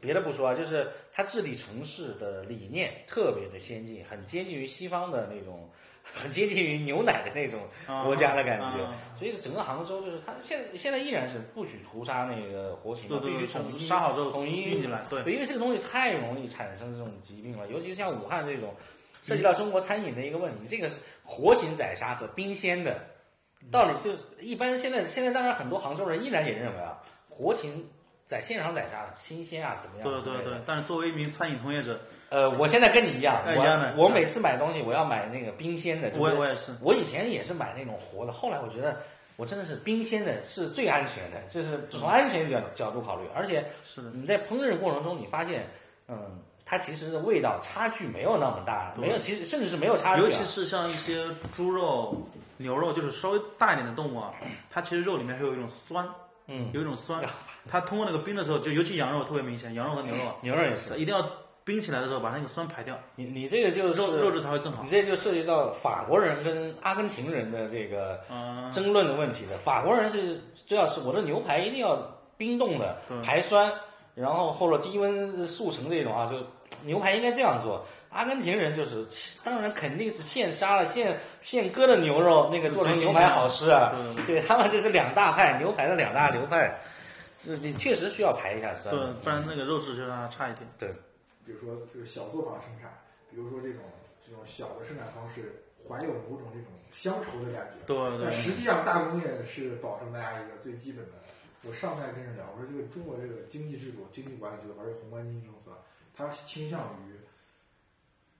[SPEAKER 2] 别的不说啊，就是他治理城市的理念特别的先进，很接近于西方的那种，很接近于牛奶的那种
[SPEAKER 3] 啊
[SPEAKER 2] 国家的感觉。
[SPEAKER 3] 啊
[SPEAKER 2] 所以整个杭州就是他现在现在依然是不许屠杀那个活禽
[SPEAKER 3] 对
[SPEAKER 2] 嘛，
[SPEAKER 3] 对
[SPEAKER 2] 必须
[SPEAKER 3] 对，
[SPEAKER 2] 统一
[SPEAKER 3] 杀好之后
[SPEAKER 2] 统一
[SPEAKER 3] 运进来，对，
[SPEAKER 2] 因为这个东西太容易产生这种疾病了，尤其像武汉这种涉及到中国餐饮的一个问题，这个是活禽宰杀和冰鲜的
[SPEAKER 3] 嗯
[SPEAKER 2] 道理，就一般现在现在当然很多杭州人依然也认为啊，活禽在现场宰杀新鲜啊怎么样
[SPEAKER 3] 对
[SPEAKER 2] 之类
[SPEAKER 3] 对
[SPEAKER 2] 的
[SPEAKER 3] 对。但是作为一名餐饮从业者，
[SPEAKER 2] 呃，我现在跟你一样，
[SPEAKER 3] 哎一样的
[SPEAKER 2] 我我每次买东西我要买那个冰鲜的，就
[SPEAKER 3] 我也
[SPEAKER 2] 是
[SPEAKER 3] 我也是，
[SPEAKER 2] 我以前也是买那种活的，后来我觉得我真的是冰鲜的是最安全的，这是
[SPEAKER 3] 嗯
[SPEAKER 2] 从安全角角度考虑，而且
[SPEAKER 3] 是的，
[SPEAKER 2] 你在烹饪过程中，你发现，嗯，它其实的味道差距没有那么大，
[SPEAKER 3] 对
[SPEAKER 2] 没有，其实甚至是没有差距、啊。
[SPEAKER 3] 尤其是像一些猪肉、牛肉，就是稍微大一点的动物啊，它其实肉里面还有一种酸，
[SPEAKER 2] 嗯，
[SPEAKER 3] 有一种酸，它通过那个冰的时候，就尤其羊肉特别明显，羊肉和牛肉啊，
[SPEAKER 2] 牛肉也是，
[SPEAKER 3] 一定要冰起来的时候把那个酸排掉，
[SPEAKER 2] 你你这个就是
[SPEAKER 3] 肉肉质才会更好
[SPEAKER 2] 你。这就涉及到法国人跟阿根廷人的这个
[SPEAKER 3] 嗯，
[SPEAKER 2] 争论的问题了。法国人是知道是我的牛排一定要冰冻的
[SPEAKER 3] 对，
[SPEAKER 2] 排酸，然后或者低温速成这种啊，就牛排应该这样做。阿根廷人就是，当然肯定是现杀了、现现割的牛肉，那个做成牛排好吃啊。
[SPEAKER 3] 对
[SPEAKER 2] 对他们这是两大派，牛排的两大流派，就是你确实需要排一下酸的
[SPEAKER 3] 对，。不然那个肉质就让它差一点。
[SPEAKER 1] 比如说就是小作坊生产，比如说这种这种小的生产方式，怀有某种这种乡愁的感觉。
[SPEAKER 3] 对
[SPEAKER 1] 但
[SPEAKER 3] 对，
[SPEAKER 2] 嗯
[SPEAKER 1] 实际上，大工业是保证大家一个最基本的。我上代跟人聊，我说这个中国这个经济制度、经济管理学还是宏观经济政策，它倾向于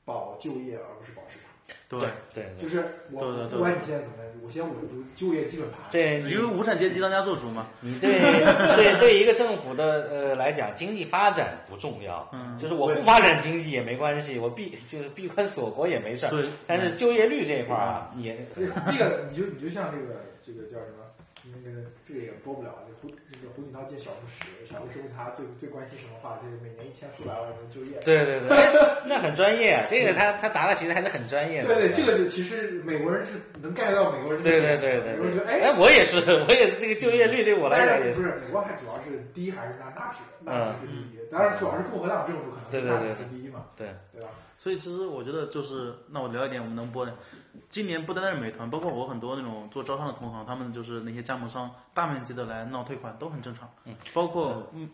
[SPEAKER 1] 保就业而不是保市场。
[SPEAKER 3] 对
[SPEAKER 2] 对
[SPEAKER 1] 就
[SPEAKER 2] 对对，
[SPEAKER 1] 是我
[SPEAKER 3] 对对对
[SPEAKER 1] 不管你现在怎么样，我先稳住就业基本盘。
[SPEAKER 2] 这
[SPEAKER 3] 因为无产阶级当家做主嘛。
[SPEAKER 2] 你对对对一个政府的呃来讲，经济发展不重要，
[SPEAKER 3] 嗯
[SPEAKER 2] 就是我不发展经济也没关系，我闭就是闭关锁国也没事儿。
[SPEAKER 3] 对，
[SPEAKER 2] 但是就业率这一块儿啊，也
[SPEAKER 1] 这个这个你就你就像这个这个叫什么？那个这个也播不了。这胡这个胡锦涛进小布什，小布什问他最最关心什么话？这个每年一千四百万人就业。
[SPEAKER 2] 对对对，哎那很专业啊，这个他他答的其实还是很专业的。
[SPEAKER 1] 对，这个就其实美国人是能 get 到美国人的
[SPEAKER 2] 对
[SPEAKER 1] 点。
[SPEAKER 2] 对对
[SPEAKER 1] 美
[SPEAKER 2] 对
[SPEAKER 1] 国人
[SPEAKER 2] 对
[SPEAKER 1] 觉得哎
[SPEAKER 2] 哎，我也是，我也是这个就业率，对我来
[SPEAKER 1] 当
[SPEAKER 2] 讲
[SPEAKER 1] 然
[SPEAKER 2] 也
[SPEAKER 1] 不
[SPEAKER 2] 是。
[SPEAKER 1] 是，美国还主要是第一还是纳纳指，纳指是第一。当然，主要是共和党政府可能
[SPEAKER 2] 对
[SPEAKER 1] 是
[SPEAKER 2] 对
[SPEAKER 1] 纳指
[SPEAKER 2] 对
[SPEAKER 1] 是第一嘛，
[SPEAKER 2] 对，
[SPEAKER 1] 对吧？
[SPEAKER 3] 所以其实我觉得就是，那我聊一点我们能播的。今年不单单是美团，包括我很多那种做招商的同行，他们就是那些加盟商大面积的来闹退款都很正常。嗯，包括嗯，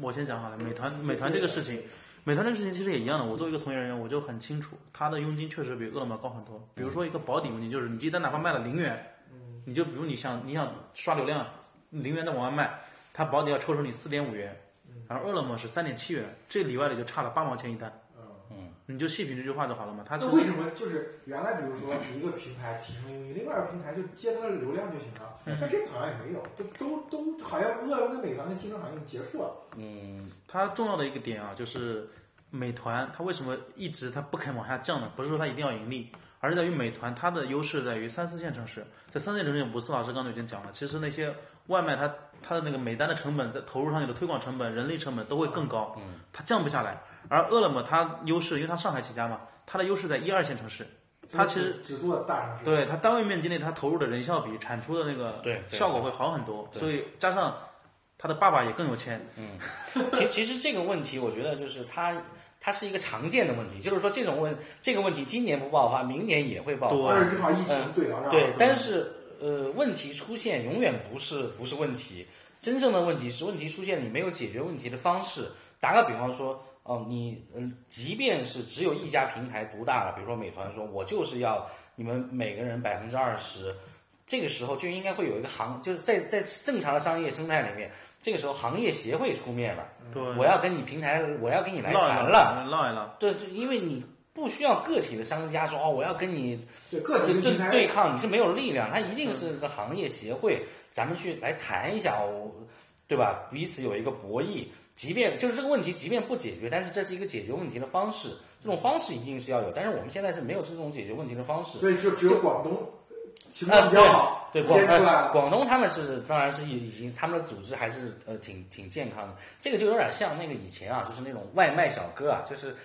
[SPEAKER 3] 我先讲好了，美团美团这个事情，美团这个事情其实也一样的。我作为一个从业人员，我就很清楚，它的佣金确实比饿了么高很多。比如说一个保底佣金，就是你一单哪怕卖了零元，
[SPEAKER 1] 嗯
[SPEAKER 3] 你就比如你想你想刷流量，零元再往外卖，它保底要抽成你四点五元，然后饿了么是三点七元，这里外里就差了八毛钱一单。
[SPEAKER 1] 嗯，
[SPEAKER 3] 你就细品这句话就好了嘛。他其
[SPEAKER 1] 那为
[SPEAKER 3] 实
[SPEAKER 1] 什么就是原来比如说一个平台提升佣金，另外一个平台就接它的流量就行了？
[SPEAKER 2] 嗯
[SPEAKER 1] 但这次好像也没有，都都都好像饿了么跟美团的竞争好像已经结束了。
[SPEAKER 2] 嗯，
[SPEAKER 3] 他重要的一个点啊，就是美团它为什么一直它不肯往下降呢？不是说它一定要盈利，而是在于美团它的优势在于三四线城市，在三四线城市，伍思老师刚才已经讲了，其实那些外卖它它的那个每单的成本，在投入上去的推广成本、人力成本都会更高，嗯，它降不下来。而饿了么它优势，因为它上海起家嘛，它的优势在一二线城市，它其实
[SPEAKER 1] 只做大城市，
[SPEAKER 3] 对它单位面积内，它投入的人效比产出的那个
[SPEAKER 2] 对对
[SPEAKER 3] 效果会好很多，
[SPEAKER 2] 对
[SPEAKER 3] 所以加上他的爸爸也更有钱，
[SPEAKER 2] 其其实这个问题，我觉得就是它它是一个常见的问题，就是说这种问这个问题今年不爆发，明年也会爆
[SPEAKER 3] 对
[SPEAKER 2] 发。
[SPEAKER 1] 而且正好疫情啊对到这儿了，
[SPEAKER 2] 对，
[SPEAKER 1] 吧
[SPEAKER 2] 但是呃，问题出现永远不是不是问题，真正的问题是问题出现你没有解决问题的方式。打个比方说，哦、你嗯，即便是只有一家平台独大了，比如说美团说，我就是要你们每个人百分之二十，这个时候就应该会有一个行，就是在在正常的商业生态里面，这个时候行业协会出面了，
[SPEAKER 3] 对，
[SPEAKER 2] 我要跟你平台，我要跟你来
[SPEAKER 3] 唠一
[SPEAKER 2] 谈了，
[SPEAKER 3] 唠，唠一唠，
[SPEAKER 2] 对，就因为你不需要个体的商家说哦，我要跟你
[SPEAKER 1] 对个体
[SPEAKER 2] 对
[SPEAKER 1] 跟平
[SPEAKER 2] 对
[SPEAKER 1] 台
[SPEAKER 2] 对抗，你是没有力量，它一定是个行业协会，咱们去来谈一下，哦，对吧？彼此有一个博弈，即便就是这个问题，即便不解决，但是这是一个解决问题的方式，这种方式一定是要有，但是我们现在是没有这种解决问题的方式。
[SPEAKER 1] 所以就只有广东情况比较好，
[SPEAKER 2] 对广
[SPEAKER 1] 先出来
[SPEAKER 2] 呃
[SPEAKER 1] 了。
[SPEAKER 2] 广东他们是当然是已已经他们的组织还是呃挺挺健康的，这个就有点像那个以前啊，就是那种外卖小哥啊，就是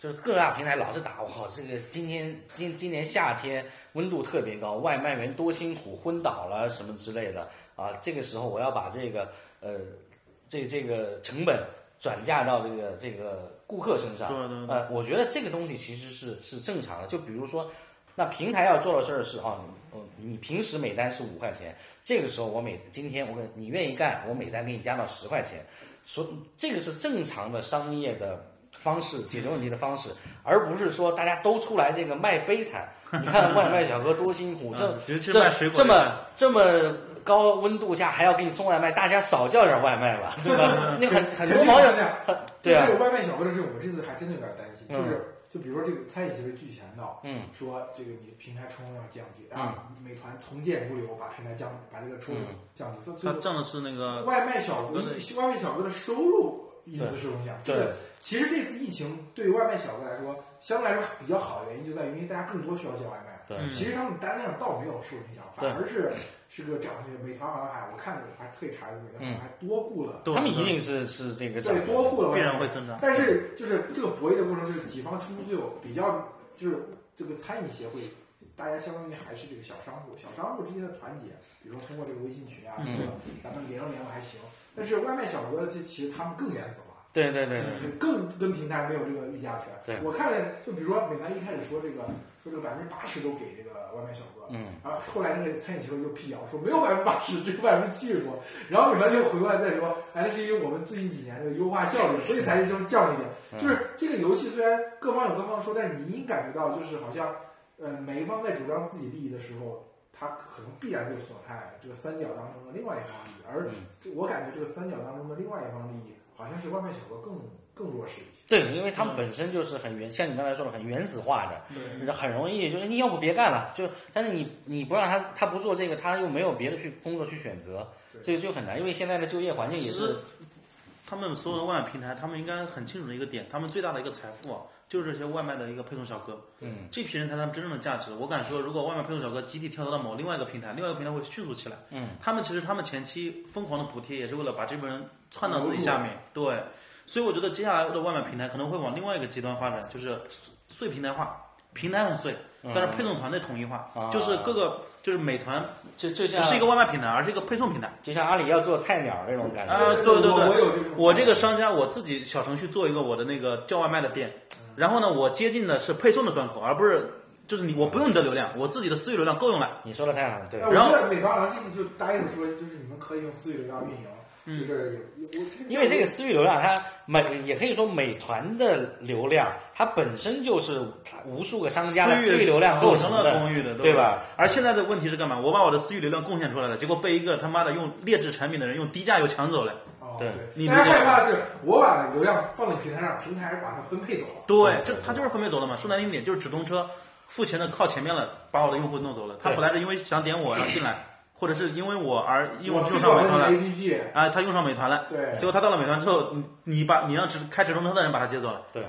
[SPEAKER 2] 就是各大平台老是打，我靠，这个今天今今年夏天温度特别高，外卖员多辛苦，昏倒了什么之类的啊，这个时候我要把这个呃这这个成本转嫁到这个这个顾客身上，
[SPEAKER 3] 对对对，
[SPEAKER 2] 呃，我觉得这个东西其实是是正常的。就比如说，那平台要做的事儿是啊，你呃你平时每单是五块钱，这个时候我每今天我你愿意干，我每单给你加到十块钱，所这个是正常的商业的方式解决问题的方式，而不是说大家都出来这个卖悲惨。你看外卖小哥多辛 苦，这
[SPEAKER 3] 嗯其实去卖水
[SPEAKER 2] 这这
[SPEAKER 3] 果
[SPEAKER 2] 么这么高温度下还要给你送外卖，大家少叫点外卖吧，对 吧？那很很多网友
[SPEAKER 1] 肯定是这样
[SPEAKER 2] 很
[SPEAKER 1] 就
[SPEAKER 2] 对啊
[SPEAKER 1] 是，外卖小哥的事，我这次还真的有点担心，
[SPEAKER 2] 嗯
[SPEAKER 1] 就是就比如说这个餐饮协会拒钱闹，
[SPEAKER 2] 嗯。
[SPEAKER 1] 说这个你平台抽成要降低啊，美团从简如流，把平台降，
[SPEAKER 2] 嗯
[SPEAKER 1] 把这个抽成降低，到最
[SPEAKER 3] 他
[SPEAKER 1] 后
[SPEAKER 2] 呃
[SPEAKER 3] 挣的是那个
[SPEAKER 1] 外卖小哥，外卖小哥的收入因子是影响。
[SPEAKER 2] 对
[SPEAKER 1] 这个其实这次疫情对于外卖小哥来说，相对来说比较好的原因就在于，因为大家更多需要叫外卖。
[SPEAKER 2] 对
[SPEAKER 3] 嗯
[SPEAKER 1] 其实他们单量倒没有受影响，
[SPEAKER 2] 对
[SPEAKER 1] 反而是是个涨上去。美团好像还，我看了我还特意查一下，美团好像还多雇了，
[SPEAKER 3] 对
[SPEAKER 2] 他们一定是是嗯这个
[SPEAKER 1] 对，多雇了外卖
[SPEAKER 3] 必然会增长。
[SPEAKER 1] 但是就是这个博弈的过程，就是己方出就比较，就是这个餐饮协会，大家相当于还是这个小商户，小商户之间的团结，比如说通过这个微信群啊，
[SPEAKER 3] 嗯
[SPEAKER 1] 或者咱们联络联络还行。但是外卖小哥这其实他们更原则化，
[SPEAKER 2] 对对对对
[SPEAKER 1] 就更跟平台没有这个议价权。
[SPEAKER 2] 对
[SPEAKER 1] 我看了，就比如说美团一开始说这个说这个百分之八十都给这个外卖小哥，
[SPEAKER 2] 嗯，
[SPEAKER 1] 然后后来那个餐饮协会就辟谣说没有百分之八十，只有百分之七十多。然后美团就回过来再说，哎，是因为我们最近几年这个优化效率，所以才是这么降了一点。
[SPEAKER 2] 嗯
[SPEAKER 1] 就是这个游戏虽然各方有各方的说，但是你隐隐感觉到就是好像，呃，每一方在主张自己利益的时候，他可能必然就损害这个三角当中的另外一方利益，而
[SPEAKER 2] 嗯
[SPEAKER 1] 我感觉这个三角当中的另外一方利益好像是外卖小哥更更弱势一些。
[SPEAKER 2] 对，因为他们本身就是很原，像你刚才说的很原子化的，
[SPEAKER 1] 对
[SPEAKER 2] 很容易就是你要不别干了，就但是你你不让他他不做这个，他又没有别的去工作去选择，
[SPEAKER 1] 对
[SPEAKER 2] 这个就很难，因为现在的就业环境也
[SPEAKER 3] 其
[SPEAKER 2] 是
[SPEAKER 3] 实，他们所有的外卖平台，他们应该很清楚的一个点，他们最大的一个财富啊，就是这些外卖的一个配送小哥。
[SPEAKER 2] 嗯，
[SPEAKER 3] 这批人才是他们真正的价值。我敢说，如果外卖配送小哥集体跳槽到某另外一个平台，另外一个平台会迅速起来。
[SPEAKER 2] 嗯，
[SPEAKER 3] 他们其实他们前期疯狂的补贴，也是为了把这波人窜到自己下面。
[SPEAKER 2] 嗯
[SPEAKER 3] 对，所以我觉得接下来的外卖平台可能会往另外一个极端发展，就是碎碎平台化。平台很碎，但是配送团队统一化，
[SPEAKER 2] 嗯啊
[SPEAKER 3] 就是各个就是美团
[SPEAKER 2] 就就
[SPEAKER 3] 不
[SPEAKER 2] 像
[SPEAKER 3] 是一个外卖平台，而是一个配送平台。
[SPEAKER 2] 就像阿里要做菜鸟那种感觉，
[SPEAKER 3] 啊对对
[SPEAKER 1] 我
[SPEAKER 3] 对
[SPEAKER 1] 我有这种，
[SPEAKER 3] 我这个商家，我自己小程序做一个我的那个叫外卖的店，
[SPEAKER 2] 嗯
[SPEAKER 3] 然后呢，我接近的是配送的端口，而不是就是你我不用你的流量，我自己的私域流量够用了。
[SPEAKER 2] 你说的太好了，对
[SPEAKER 1] 哎，我
[SPEAKER 3] 然
[SPEAKER 1] 觉
[SPEAKER 3] 后
[SPEAKER 1] 得美团好像这次就答应说，就是你们可以用私域流量运营，
[SPEAKER 3] 嗯
[SPEAKER 1] 就是有我
[SPEAKER 2] 因为这个私域流量，它美也可以说美团的流量，它本身就是无数个商家的私域流量
[SPEAKER 3] 构
[SPEAKER 2] 构
[SPEAKER 3] 成
[SPEAKER 2] 成
[SPEAKER 3] 了
[SPEAKER 2] 的，
[SPEAKER 3] 公域的，
[SPEAKER 2] 对
[SPEAKER 3] 吧
[SPEAKER 2] 吧？
[SPEAKER 3] 而现在的问题是干嘛？我把我的私域流量贡献出来了，结果被一个他妈的用劣质产品的人用低价又抢走了。
[SPEAKER 1] 哦，
[SPEAKER 2] 对
[SPEAKER 3] 你
[SPEAKER 1] 大家
[SPEAKER 3] 理解
[SPEAKER 1] 害怕的是，我把流量放在平台上，平台把它分配走了。
[SPEAKER 3] 对，这他就是分配走了嘛。说难听点，就是直通车付钱的靠前面了，把我的用户弄走了。他
[SPEAKER 2] 对
[SPEAKER 3] 本来是因为想点我然后进来，或者是因为我而用
[SPEAKER 1] 我
[SPEAKER 3] 用
[SPEAKER 1] 推
[SPEAKER 3] 上
[SPEAKER 1] 广
[SPEAKER 3] 美
[SPEAKER 1] 的
[SPEAKER 3] 团
[SPEAKER 1] 那个
[SPEAKER 3] 了，
[SPEAKER 1] APP，
[SPEAKER 3] 啊，他用上美团了。
[SPEAKER 1] 对
[SPEAKER 3] 结，果他到了美团之后，你你把你让直开直通车的人把他接走了，
[SPEAKER 2] 对，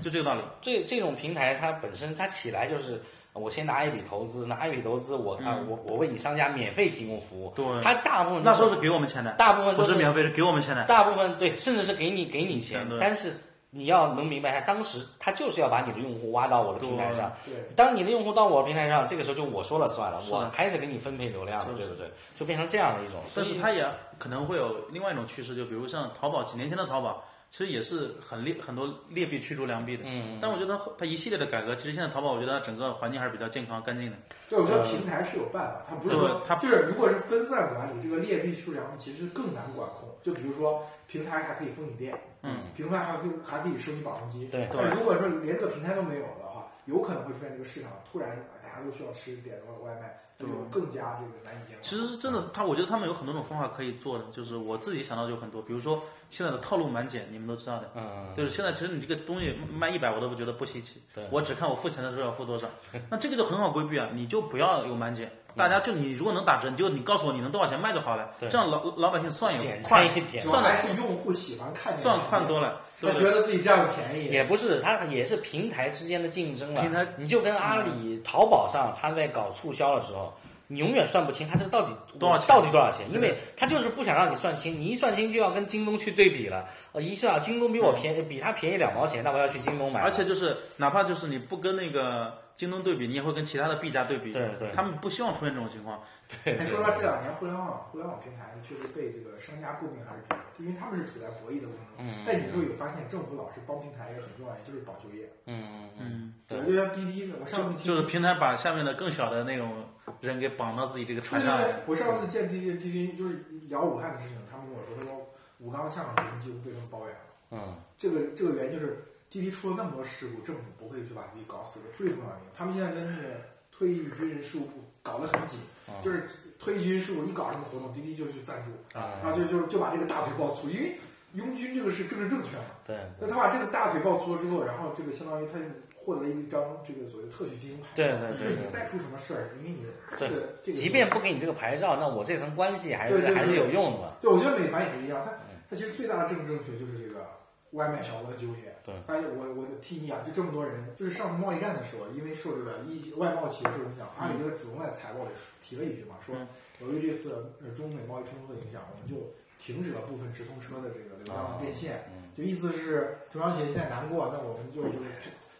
[SPEAKER 3] 就这个道理。
[SPEAKER 2] 这这种平台它本身它起来就是，我先拿一笔投资，拿一笔投资我啊、我我为你商家免费提供服务，
[SPEAKER 3] 嗯对
[SPEAKER 2] 它大部分
[SPEAKER 3] 那时候是给我们钱的，
[SPEAKER 2] 大部分
[SPEAKER 3] 不
[SPEAKER 2] 都
[SPEAKER 3] 是免费，是给我们钱的。
[SPEAKER 2] 大部分对，甚至是给你给你钱
[SPEAKER 3] 对，
[SPEAKER 2] 但是你要能明白，它当时它就是要把你的用户挖到我的平台上。
[SPEAKER 1] 对，
[SPEAKER 2] 当你的用户到我平台上，这个时候就我说了算了，
[SPEAKER 3] 是的
[SPEAKER 2] 我开始给你分配流量了，
[SPEAKER 3] 是
[SPEAKER 2] 对不对？就变成这样的一种。
[SPEAKER 3] 但是
[SPEAKER 2] 所以
[SPEAKER 3] 它也可能会有另外一种趋势，就比如像淘宝，几年前的淘宝，其实也是很劣很多劣币驱逐良币的。
[SPEAKER 2] 嗯，
[SPEAKER 3] 但我觉得它它一系列的改革，其实现在淘宝，我觉得它整个环境还是比较健康干净的。
[SPEAKER 1] 对，我觉得平台是有办法，它不是
[SPEAKER 3] 呃对
[SPEAKER 2] 嗯
[SPEAKER 1] 说
[SPEAKER 3] 它
[SPEAKER 1] 就是如果是分散管理，这个劣币驱逐良币其实更难管控。就比如说平台还可以封你店，
[SPEAKER 3] 嗯，
[SPEAKER 1] 平台还可以还可以收你保证金，
[SPEAKER 2] 对
[SPEAKER 1] 但如果说连这个平台都没有的话，有可能会出现这个市场突然大家都需要吃点外外卖，那就更加这个难以监管。
[SPEAKER 3] 其实是真的，它我觉得他们有很多种方法可以做的，就是我自己想到就很多，比如说现在的套路满减，你们都知道的。
[SPEAKER 2] 嗯，
[SPEAKER 3] 就是现在，其实你这个东西卖一百，我都不觉得不稀奇
[SPEAKER 2] 对。
[SPEAKER 3] 我只看我付钱的时候要付 多少。那这个就很好规避啊，你就不要有满减，大家就你如果能打折，你就你告诉我你能多少钱卖就好了。
[SPEAKER 2] 嗯对
[SPEAKER 3] 这样老老百姓算也
[SPEAKER 2] 简
[SPEAKER 3] 快
[SPEAKER 2] 单，一点
[SPEAKER 1] 主
[SPEAKER 3] 算
[SPEAKER 1] 要
[SPEAKER 3] 了
[SPEAKER 1] 还是用户喜欢看见
[SPEAKER 3] 算
[SPEAKER 1] 这个
[SPEAKER 3] 快多了。
[SPEAKER 1] 他
[SPEAKER 3] 对不
[SPEAKER 1] 觉
[SPEAKER 3] 对？
[SPEAKER 1] 得自己占了便宜。
[SPEAKER 2] 也不是，它也是平台之间的竞争了。
[SPEAKER 3] 平台
[SPEAKER 2] 你就跟阿里、淘宝上，它在搞促销的时候，你永远算不清它这到底
[SPEAKER 3] 多少钱
[SPEAKER 2] 到底多少钱，
[SPEAKER 3] 对
[SPEAKER 2] 因为它就是不想让你算清，你一算清就要跟京东去对比了。呃，一是啊，京东比我便宜，比它便宜两毛钱，那我要去京东买。
[SPEAKER 3] 而且就是哪怕就是你不跟那个京东对比，你也会跟其他的 B 家对比。
[SPEAKER 2] 对对
[SPEAKER 3] 他们不希望出现这种情况。
[SPEAKER 2] 对
[SPEAKER 1] 哎，说实话，这两年互联网互联网平台确实被这个商家诟病还是挺多，就因为他们是处在博弈的过程中。
[SPEAKER 2] 嗯
[SPEAKER 1] 但你会有发现，政府老是帮平台一个很重要的，就是保就业。
[SPEAKER 2] 嗯嗯，
[SPEAKER 3] 嗯，
[SPEAKER 2] 对
[SPEAKER 1] 就像滴滴，我上次
[SPEAKER 3] 就是
[SPEAKER 1] 听
[SPEAKER 3] 平台把下面的更小的那种人给绑到自己这个
[SPEAKER 1] 对
[SPEAKER 3] 船
[SPEAKER 1] 对
[SPEAKER 3] 上
[SPEAKER 1] 对
[SPEAKER 3] 来。，
[SPEAKER 1] 我上次见滴滴滴滴就是聊武汉的事情，他们跟我说，他说武钢的下岗员几乎被他们包圆了。
[SPEAKER 2] 嗯，
[SPEAKER 1] 这个这个原因就是滴滴出了那么多事故，政府不会去把滴滴搞死的最重要的原因。他们现在跟那个退役军人事务部搞得很紧，
[SPEAKER 2] 啊
[SPEAKER 1] 就是退役军人事务部一搞什么活动，滴滴就去赞助，
[SPEAKER 2] 啊
[SPEAKER 1] 然后就就就把这个大腿抱粗，因为拥军这个是政治正确嘛。
[SPEAKER 2] 对
[SPEAKER 1] 那他把这个大腿抱粗了之后，然后这个相当于他获得了一张这个所谓的特许经营牌。
[SPEAKER 2] 对对
[SPEAKER 1] 就是
[SPEAKER 2] 对
[SPEAKER 1] 你
[SPEAKER 2] 对。
[SPEAKER 1] 再出什么事儿，因为你这
[SPEAKER 2] 对
[SPEAKER 1] 个这个，
[SPEAKER 2] 即便不给你这个牌照，那我这层关系还
[SPEAKER 1] 对对
[SPEAKER 2] 是
[SPEAKER 1] 对
[SPEAKER 2] 还是有用的嘛。嗯
[SPEAKER 1] 对，我觉得美团也是一样，它它那其实最大的政治正确就是这个外卖小哥的纠结。
[SPEAKER 2] 对
[SPEAKER 1] 哎，我我的提议啊，就这么多人，就是上次贸易战的时候，因为受这个一外贸歧视影响，
[SPEAKER 2] 嗯
[SPEAKER 1] 阿里就主动在财报里提了一句嘛，说
[SPEAKER 3] 嗯
[SPEAKER 1] 由于这次呃中美贸易冲突的影响，我们就停止了部分直通车的这个流量的变现。
[SPEAKER 2] 嗯，
[SPEAKER 1] 就意思是中央企业现在难过，那我们就就是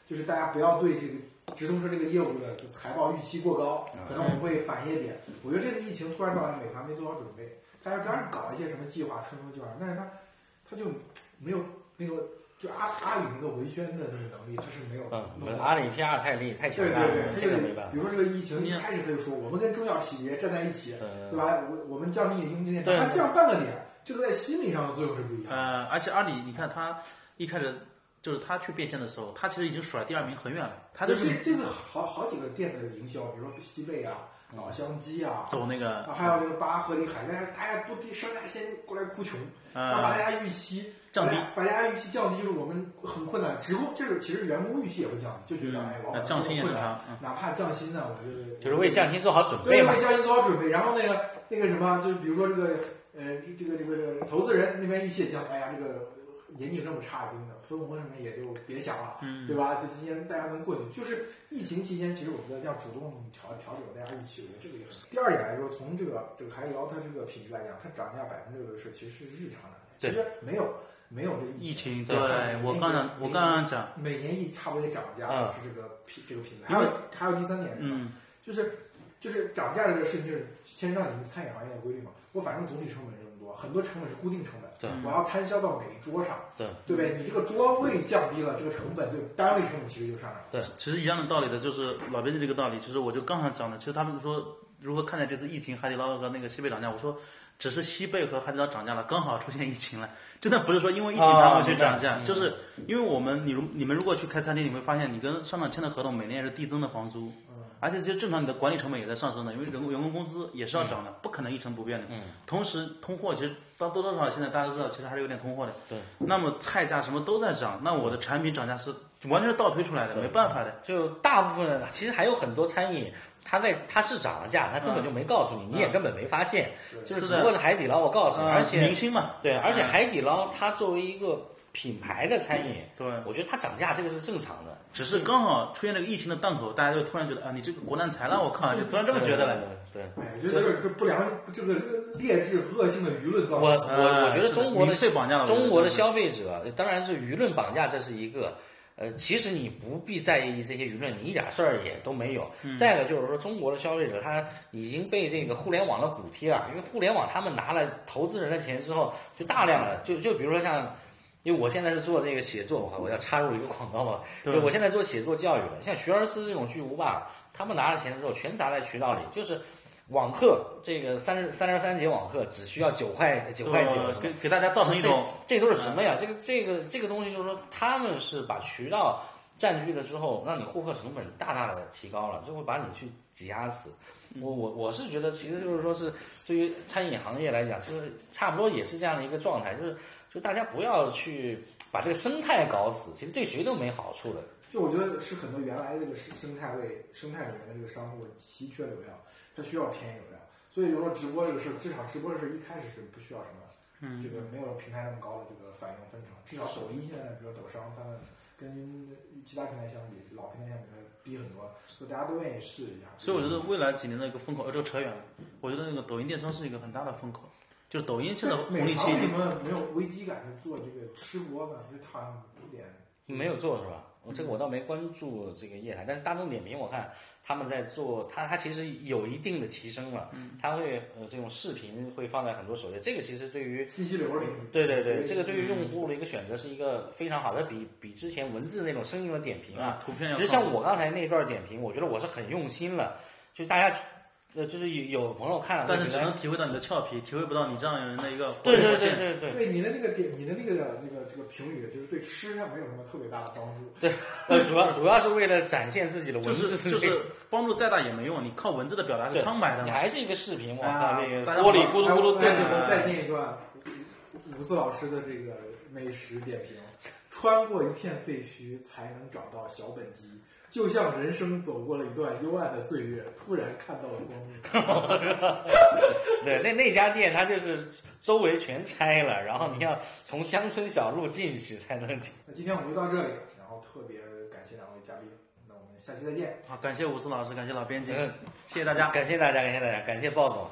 [SPEAKER 1] 就是大家不要对这个直通车这个业务的财报预期过高，可能我们会反一点。我觉得这次疫情突然到来，美团没做好准备，他要当然搞一些什么计划、春秋计划，但是他他就没有那个就阿阿里那个维宣的那个能力，他是没有
[SPEAKER 2] 嗯，
[SPEAKER 1] 弄
[SPEAKER 2] 我们
[SPEAKER 1] 的。
[SPEAKER 2] 阿里 PR 太厉太强
[SPEAKER 1] 对对
[SPEAKER 2] 大了，
[SPEAKER 1] 对，
[SPEAKER 2] 这个
[SPEAKER 1] 他就
[SPEAKER 2] 没办
[SPEAKER 1] 比如
[SPEAKER 2] 法。
[SPEAKER 1] 说这个疫情一开始他就说，我们跟中小企业站在一起，对吧？我我们降低营业
[SPEAKER 2] 嗯对
[SPEAKER 1] 他降半个点，这个在心理上的作用是不一样的。
[SPEAKER 3] 呃，而且阿里，你看他一开始就是他去变现的时候，他其实已经甩第二名很远了，他就
[SPEAKER 1] 这
[SPEAKER 3] 是
[SPEAKER 1] 这次好好几个店的营销，比如说西贝啊、老乡鸡
[SPEAKER 2] 嗯
[SPEAKER 1] 啊，
[SPEAKER 3] 走那个
[SPEAKER 1] 然后还有这个巴赫里海，大家大家不低，商家先过来哭穷，然后把
[SPEAKER 3] 呃
[SPEAKER 1] 大家预期
[SPEAKER 3] 降低，
[SPEAKER 1] 把大家预期降低，就是我们很困难。职工就是其实员工预期也会降低，就觉得哎，老
[SPEAKER 3] 呃
[SPEAKER 1] 板
[SPEAKER 3] 降薪也
[SPEAKER 1] 很
[SPEAKER 3] 正
[SPEAKER 1] 困难，
[SPEAKER 3] 常，嗯
[SPEAKER 1] 哪怕降薪呢，我就
[SPEAKER 2] 就是为降薪做好准备
[SPEAKER 1] 对
[SPEAKER 2] 嘛
[SPEAKER 1] 为。降薪做好准备。然后那个那个什么，就是比如说这个呃这个这个这个投资人那边预期也降低，哎呀这个年景这么差，真的分红什么也就别想了。
[SPEAKER 3] 嗯，
[SPEAKER 1] 对吧？就今年大家能过去，就是疫情期间，其实我觉得要主动调调整大家预期，我觉得这个也很。第二点来说，从这个这个还聊它这个品质来讲，它涨价百分之六十其实是日常涨价，其
[SPEAKER 2] 对
[SPEAKER 1] 实没有没有这
[SPEAKER 3] 疫
[SPEAKER 1] 情，
[SPEAKER 3] 情，
[SPEAKER 2] 对
[SPEAKER 3] 对我刚刚我刚刚讲，
[SPEAKER 1] 每年一差不多也涨价，
[SPEAKER 2] 嗯
[SPEAKER 1] 是这个品这个品牌。
[SPEAKER 3] 因
[SPEAKER 1] 还
[SPEAKER 3] 为
[SPEAKER 1] 有还有第三点，
[SPEAKER 3] 嗯，
[SPEAKER 1] 就是就是涨价这个事情，就是先让你们餐饮行业的规律嘛。我反正总体成本这么多，很多成本是固定成本，
[SPEAKER 2] 对
[SPEAKER 3] 嗯
[SPEAKER 1] 我要摊销到每一桌上，
[SPEAKER 2] 对
[SPEAKER 1] 对不对？你这个桌位降低了，这个成本对单位成本其实就上来了。
[SPEAKER 3] 呃其实一样的道理的，就是老编辑这个道理。其实我就刚想讲的，其实他们说如何看待这次疫情，海底捞和那个西贝涨价，我说只是西贝和海底捞涨价了，刚好出现疫情了，真的不是说因为疫情
[SPEAKER 2] 啊
[SPEAKER 3] 他们去涨价，
[SPEAKER 2] 明白
[SPEAKER 3] 就是因为我们你如你们如果去开餐厅，你会发现你跟商场签的合同每年也是递增的房租，
[SPEAKER 1] 嗯，
[SPEAKER 3] 而且其实正常你的管理成本也在上升的，因为员工员工工资也是要涨的，不可能一成不变的。
[SPEAKER 2] 嗯，
[SPEAKER 3] 同时通货其实到多多少少现在大家都知道，其实还是有点通货的。
[SPEAKER 2] 对。
[SPEAKER 3] 那么菜价什么都在涨，那我的产品涨价是完全是倒推出来的，
[SPEAKER 2] 对
[SPEAKER 3] 没办法的。
[SPEAKER 2] 就大部分其实还有很多餐饮，它在它是涨了价，它根本就没告诉你，你也根本没发现。就是
[SPEAKER 3] 嗯是
[SPEAKER 2] 只
[SPEAKER 3] 的
[SPEAKER 2] 不过是海底捞，我告诉你，
[SPEAKER 3] 啊
[SPEAKER 2] 而且
[SPEAKER 3] 明星嘛，
[SPEAKER 2] 对，而且
[SPEAKER 3] 嗯
[SPEAKER 2] 海底捞它作为一个品牌的餐饮，
[SPEAKER 3] 对，
[SPEAKER 2] 我觉得它涨价这个是正常的。
[SPEAKER 3] 只是刚好出现这个疫情的档口，大家就突然觉得啊，你这个国难财了，我靠，就突然这么觉得嗯了。
[SPEAKER 2] 对。对。对
[SPEAKER 1] 哎，这就是这不良、这个劣质、恶性的舆论造
[SPEAKER 2] 我
[SPEAKER 1] 成。
[SPEAKER 2] 我
[SPEAKER 3] 啊
[SPEAKER 2] 我觉得中国的
[SPEAKER 3] 最绑架了，
[SPEAKER 2] 中国的
[SPEAKER 3] 消
[SPEAKER 2] 消费者，当然是舆论绑架，这是一个。呃，其实你不必在意这些舆论，你一点事儿也都没有。再一个就是说，中国的消费者他已经被这个互联网的补贴啊，因为互联网他们拿了投资人的钱之后，就大量的就就比如说像，因为我现在是做这个写作，我我要插入一个广告嘛，就
[SPEAKER 3] 对
[SPEAKER 2] 我现在做写作教育的，像学而思这种巨无霸，他们拿了钱之后全砸在渠道里，就是网课这个三十三十三节网课只需要九块九块九，
[SPEAKER 3] 给给大家造成一种嗯
[SPEAKER 2] 这这都是什么呀？这个这个这个东西就是说，他们是把渠道占据了之后，让你获客成本大大的提高了，就会把你去挤压死。
[SPEAKER 3] 嗯
[SPEAKER 2] 我我我是觉得，其实就是说是对于餐饮行业来讲，就是差不多也是这样的一个状态，就是就大家不要去把这个生态搞死，其实对谁都没好处的。
[SPEAKER 1] 就我觉得是很多原来这个生态位、生态里面的这个商户稀缺流量，它需要添流量。所以就说直播这个事，至少直播这事一开始是不需要什么，
[SPEAKER 3] 嗯
[SPEAKER 1] 这个没有平台那么高的这个反应分成。至少抖音现在，比如抖商，他们跟其他平台相比，老平台相比，它低很多，所以大家都愿意试一下。
[SPEAKER 3] 所以我觉得未来几年的一个风口，呃，这个扯远了。我觉得那个抖音电商是一个很大的风口，就是抖音现在红
[SPEAKER 1] 美
[SPEAKER 3] 利期
[SPEAKER 1] 团
[SPEAKER 3] 已
[SPEAKER 1] 为什
[SPEAKER 3] 经
[SPEAKER 1] 么没有危机感去做这个吃播呢？因为它好像有点
[SPEAKER 2] 你
[SPEAKER 3] 嗯
[SPEAKER 2] 没有做是吧？我这个我倒没关注这个业态，但是大众点评我看他们在做，它它其实有一定的提升了，
[SPEAKER 3] 嗯
[SPEAKER 2] 它会呃这种视频会放在很多首页，这个其实对于
[SPEAKER 1] 信息流里面。
[SPEAKER 2] 对对对，这个对
[SPEAKER 1] 于
[SPEAKER 2] 于
[SPEAKER 3] 嗯
[SPEAKER 2] 用户的一个选择是一个非常好的，比比之前文字那种生硬的点评啊，
[SPEAKER 3] 图片
[SPEAKER 2] 其
[SPEAKER 3] 要
[SPEAKER 2] 实像我刚才那段点评，我觉得我是很用心了，就是大家呃就是有有朋友看了，
[SPEAKER 3] 但是
[SPEAKER 2] 就
[SPEAKER 3] 只
[SPEAKER 2] 觉得
[SPEAKER 3] 能体会到你的俏皮，体会不到你这样人的一个
[SPEAKER 2] 对
[SPEAKER 3] 活
[SPEAKER 2] 对
[SPEAKER 3] 跃性
[SPEAKER 2] 对对对，
[SPEAKER 1] 对你的那个点，你的那个那个这个评语，就是对吃上没有什么特别大的帮助。
[SPEAKER 2] 呃主要主要是为了展现自己的文
[SPEAKER 3] 就是
[SPEAKER 2] 字，
[SPEAKER 3] 就是帮助再大也没用，你靠文字的表达是
[SPEAKER 2] 对
[SPEAKER 3] 苍白的
[SPEAKER 2] 你
[SPEAKER 3] 嘛。
[SPEAKER 2] 还是一个视频，我
[SPEAKER 3] 啊
[SPEAKER 2] 靠，这个
[SPEAKER 3] 大家
[SPEAKER 2] 锅里
[SPEAKER 3] 好
[SPEAKER 2] 咕噜咕噜
[SPEAKER 1] 对
[SPEAKER 2] 炖
[SPEAKER 3] 哎
[SPEAKER 2] 着
[SPEAKER 3] 哎
[SPEAKER 1] 我再念一段五四老师的这个美食点评：穿过一片废墟，才能找到小本鸡。就像人生走过了一段幽暗的岁月，突然看到了光明。
[SPEAKER 2] 对，那那家店它就是周围全拆了，然后你要从乡村小路进去才能进。
[SPEAKER 1] 那今天我们就到这里，然后特别感谢两位嘉宾，那我们下期再见。
[SPEAKER 3] 啊好，感谢吴思老师，感谢老编辑
[SPEAKER 2] 嗯，
[SPEAKER 3] 谢谢大家。
[SPEAKER 2] 感谢大家，感谢大家，感谢鲍总。